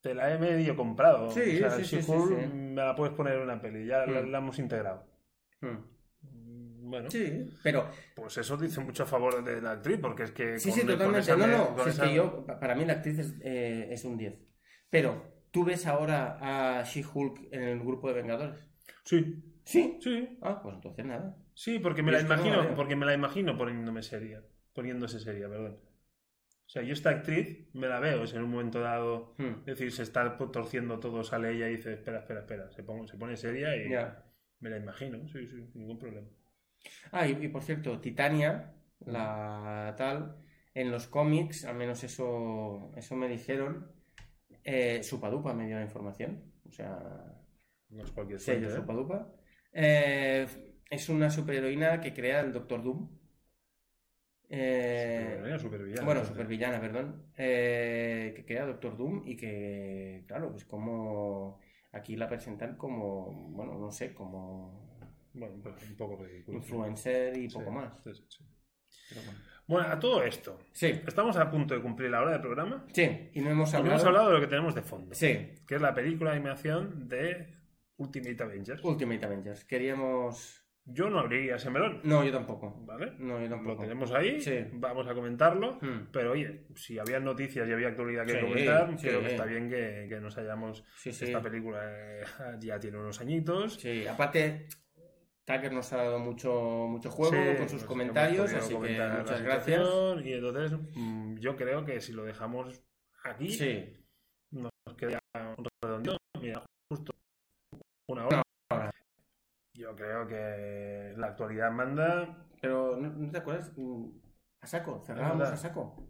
te la he medio comprado. Sí, o sea, sí, sí, She-Hulk sí, sí. me la puedes poner en una peli, ya la, Mm. la hemos integrado. Mm. Mm, Bueno, Sí, pero pues eso dice mucho a favor de la actriz, porque es que... sí, Eh, con- sí, con totalmente. esa No, me- no, con si es esa- que yo, pa- para mí la actriz es, eh, es un 10. Pero, ¿tú ves ahora a She-Hulk en el grupo de Vengadores? Sí, Sí. sí, Ah, pues entonces nada. Sí, porque Yo me la es que no la imagino, veo. porque me la imagino poniéndome seria, poniéndose seria, perdón. O sea, yo esta actriz me la veo, es en un momento dado, Mm. es decir, se está po- torciendo todo, sale ella y dice, espera, espera, espera, se, pongo- se pone seria y Ya. me la imagino, sí, sí, ningún problema. Ah, y, y por cierto, Titania, la tal, en los cómics, al menos eso, eso me dijeron, eh, Supadupa me dio la información. O sea, No es cualquier sello fuente, ¿eh? Supadupa. Eh, es una superheroína que crea el Doctor Doom. Eh, Superheroína, supervillana, bueno, entonces. supervillana, perdón. Eh, que crea Doctor Doom y que, claro, pues como aquí la presentan como, bueno, no sé, como Bueno, pues un poco ridículo. influencer y Sí, poco más. sí, sí, sí. Pero bueno. Bueno, a todo esto, Sí, estamos a punto de cumplir la hora del programa. sí, y no hemos y no hablado. Hemos hablado de lo que tenemos de fondo, Sí, que es la película de animación de Ultimate Avengers. Ultimate Avengers. Queríamos. Yo no abriría ese melón. No, yo tampoco. ¿Vale? No, yo Lo tampoco. tenemos ahí, Sí. vamos a comentarlo. Hmm. Pero oye, si había noticias y había actualidad que Sí, comentar, sí. creo que está bien que, que nos hayamos. Sí, sí. Esta película eh, ya tiene unos añitos. Sí, aparte, Tucker nos ha dado mucho, mucho juego con pues, sus comentarios, así que muchas gracias. Y entonces, mm, yo creo que si lo dejamos aquí, Sí, nos queda un redondito. Mira, justo una Una hora. hora. Yo creo que la actualidad manda. pero ¿no, no te acuerdas? Mm, A saco, cerrábamos verdad. a saco.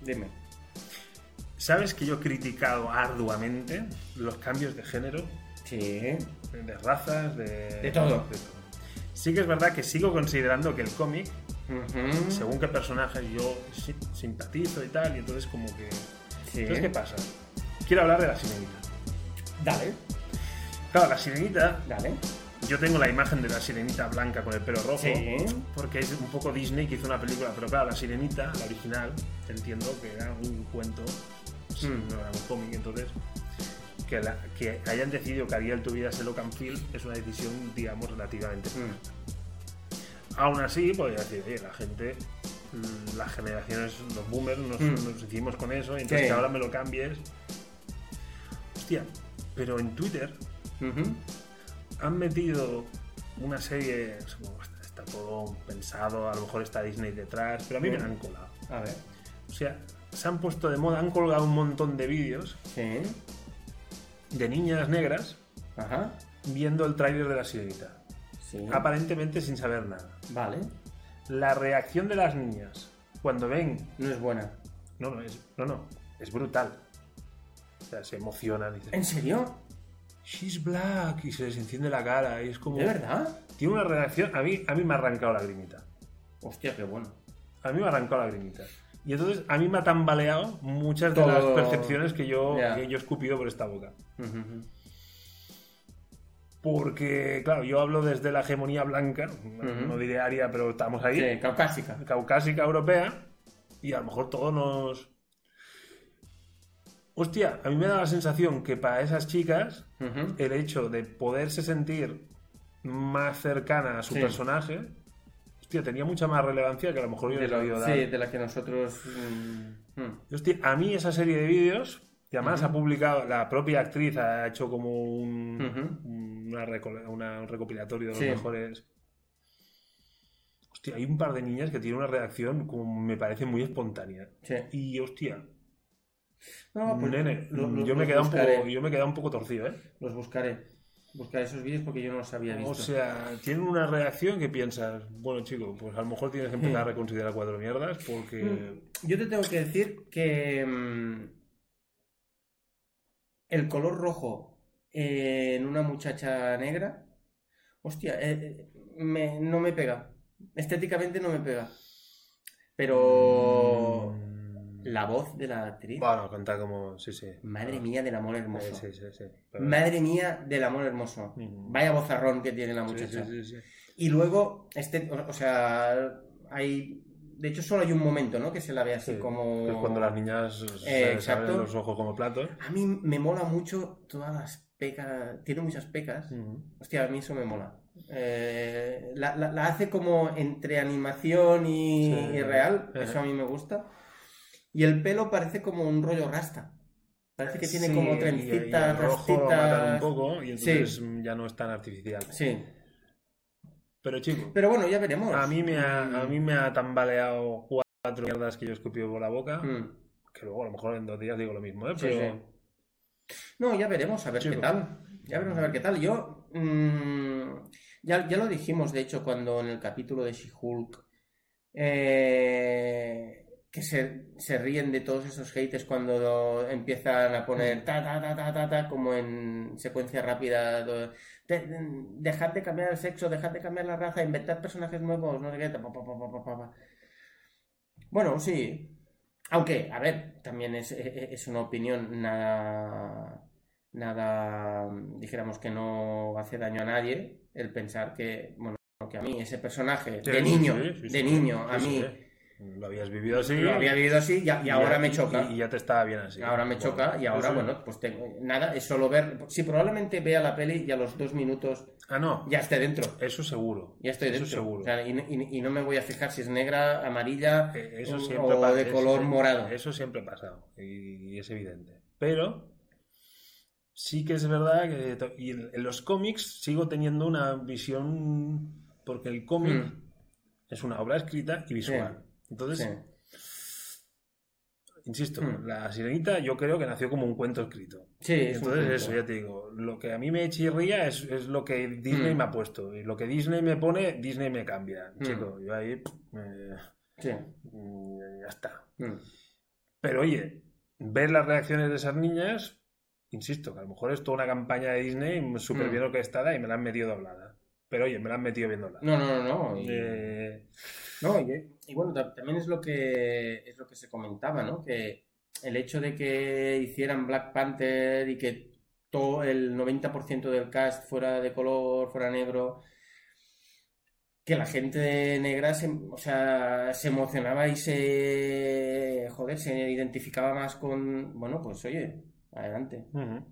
Dime. ¿Sabes que yo he criticado arduamente los cambios de género, Sí. de razas, de. De todo. Sí que es verdad que sigo considerando que el cómic Ujú. según qué personajes yo si- simpatizo y tal, y entonces como que... Sí. Entonces, ¿qué pasa? Quiero hablar de la sirenita. Dale, Claro, la sirenita, dale. yo tengo la imagen de la sirenita blanca con el pelo rojo, Sí. porque es un poco Disney que hizo una película, pero claro, la sirenita, la original, entiendo que era un cuento, sí, Mm. no era un cómic, entonces... Que, la- que hayan decidido que Ariel tuviera ese look and feel es una decisión, digamos, relativamente Mm, Aún así, pues, podría decir, oye, la gente, mm, las generaciones, los boomers, nos, Mm. nos hicimos con eso, y entonces Sí. que ahora me lo cambies. Hostia, pero en Twitter ujú. han metido una serie, es como, "Hostia, está todo pensado, a lo mejor está Disney detrás, pero a mí me Sí. la han colado. A ver. O sea, se han puesto de moda, han colgado un montón de vídeos Sí. de niñas negras Ajá. viendo el tráiler de la sirenita, Sí. aparentemente sin saber nada. Vale. La reacción de las niñas cuando ven No es buena. No, no, es, no, no, es brutal. O sea, se emocionan y dicen, ¿En serio? Eh, She's black, y se les enciende la cara, y es como... ¿De verdad? Tiene una reacción, a mí, a mí me ha arrancado la grimita. Hostia, qué bueno. A mí me ha arrancado la grimita. Y entonces a mí me ha tambaleado muchas de Todo- las percepciones que yo, Ya. que yo he escupido por esta boca. Ujú, ujú. Porque, claro, yo hablo desde la hegemonía blanca, no Ujú. diré aria, pero estamos ahí. Sí, caucásica. caucásica europea y a lo mejor todos nos... Hostia, a mí me da la sensación que para esas chicas Ujú. el hecho de poderse sentir más cercana a su Sí. personaje, hostia, tenía mucha más relevancia que a lo mejor yo de, les la- había dado. sí, de la que nosotros. mm, mm. Y, Hostia, a mí esa serie de vídeos, y además Ujú. ha publicado, la propia actriz ha hecho como un, Ujú. una recole- una- un recopilatorio de los Sí. mejores. Hostia, hay un par de niñas que tienen una reacción como me parece muy espontánea. Sí. Y hostia, No, pues nene, lo- lo- yo, me he los quedado un buscaré, poco, yo me he quedado un poco torcido, ¿eh? Los buscaré. Buscaré esos vídeos porque yo no los había visto. O sea, tienen una reacción que piensas, bueno, chico, pues a lo mejor tienes que empezar a Sí. reconsiderar cuatro mierdas porque. Mm, Yo te tengo que decir que mm, el color rojo eh, en una muchacha negra, hostia, eh, eh, me- no me pega. Estéticamente no me pega. Pero Mm. la voz de la actriz, Bueno, contar como. Sí, sí. madre Ah, mía del amor hermoso. Sí, sí, sí. sí. Pero- Madre mía del amor hermoso. Mm. Vaya vozarrón que tiene la Sí, muchacha. sí, sí, sí. Y luego, este, o, o sea, hay... De hecho, solo hay un momento, ¿no? Que se la ve así Sí, como... Es cuando las niñas se les Eh, exacto. abren los ojos como platos. A mí me mola mucho todas las pecas. Tiene muchas pecas. Mm. Hostia, a mí eso me mola. Eh, la, la- la hace como entre animación y, Sí. Eh. y real. Ajá. Eso a mí me gusta. Y el pelo parece como un rollo rasta. Parece que tiene Sí, como y el trencita, rojo lo matan un rastitas. poco y entonces mm, ya no es tan artificial. Sí. Pero chico, Pero bueno, ya veremos. a mí me ha, a Mm. mí me ha tambaleado cuatro mierdas que yo he escupido por la boca, Mm. que luego a lo mejor en dos días digo lo mismo, ¿eh? Sí, Pero No, ya veremos a ver Chico. qué tal. Ya veremos a ver qué tal. Yo. mm, ya, ya lo dijimos, de hecho, cuando en el capítulo de She-Hulk. eh, que se, se ríen de todos esos haters cuando lo- empiezan a poner ta ta ta ta ta ta como en secuencia rápida. do- "Te- Dejad de cambiar el sexo, dejad de cambiar la raza, inventad personajes nuevos, no sé qué. ta, pa, pa, pa, pa, pa, pa, pa". Bueno, sí. Aunque, a ver, también es, e- e- es una opinión nada, nada, dijéramos que no hace daño a nadie el pensar que, bueno, que a mí ese personaje Sí, de niño, sí, sí, sí, de sí, niño, sí, a sí, mí sí. Lo habías vivido así. lo había vivido así y, a- y y ahora ya- me choca. Y, y ya te estaba bien así. ahora me Bueno, choca y ahora, sí. bueno, pues tengo nada, es solo ver. Si probablemente vea la peli y a los dos minutos Ah, no. ya esté dentro. Eso seguro. Ya estoy Eso dentro. seguro. O sea, y, y- y no me voy a fijar si es negra, amarilla Eh, Eso o- siempre o pasa, de eso color siempre- morado. Eso siempre ha pasado y, y es evidente. Pero sí que es verdad que to- y en, en los cómics sigo teniendo una visión, porque el cómic Mm. es una obra escrita y visual. Entonces, Sí. insisto, Mm. la sirenita yo creo que nació como un cuento escrito. Sí, es un Entonces, punto. eso, ya te digo, lo que a mí me chirría es, es lo que Disney Mm. me ha puesto. Y lo que Disney me pone, Disney me cambia. Mm. Chico, yo ahí pff, eh, Sí. mm, ya está. Mm. Pero oye, ver las reacciones de esas niñas, insisto, que a lo mejor es toda una campaña de Disney súper Mm. bien orquestada y me la han metido doblada. Pero oye, me la han metido bien doblada. No, no, no, no. y- Eh, No, y, y bueno, ta- también es lo que es lo que se comentaba, ¿no? Que el hecho de que hicieran Black Panther y que todo el 90% del cast fuera de color, fuera negro, que la gente negra se, o sea, se emocionaba y se, joder, se identificaba más con, bueno, pues oye, adelante. ujú.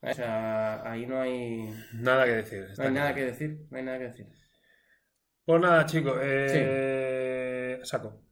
O sea, ahí no hay, no Nada que decir. está hay nada claro. que decir, no hay nada que decir. Pues nada, chicos. eh, Saco.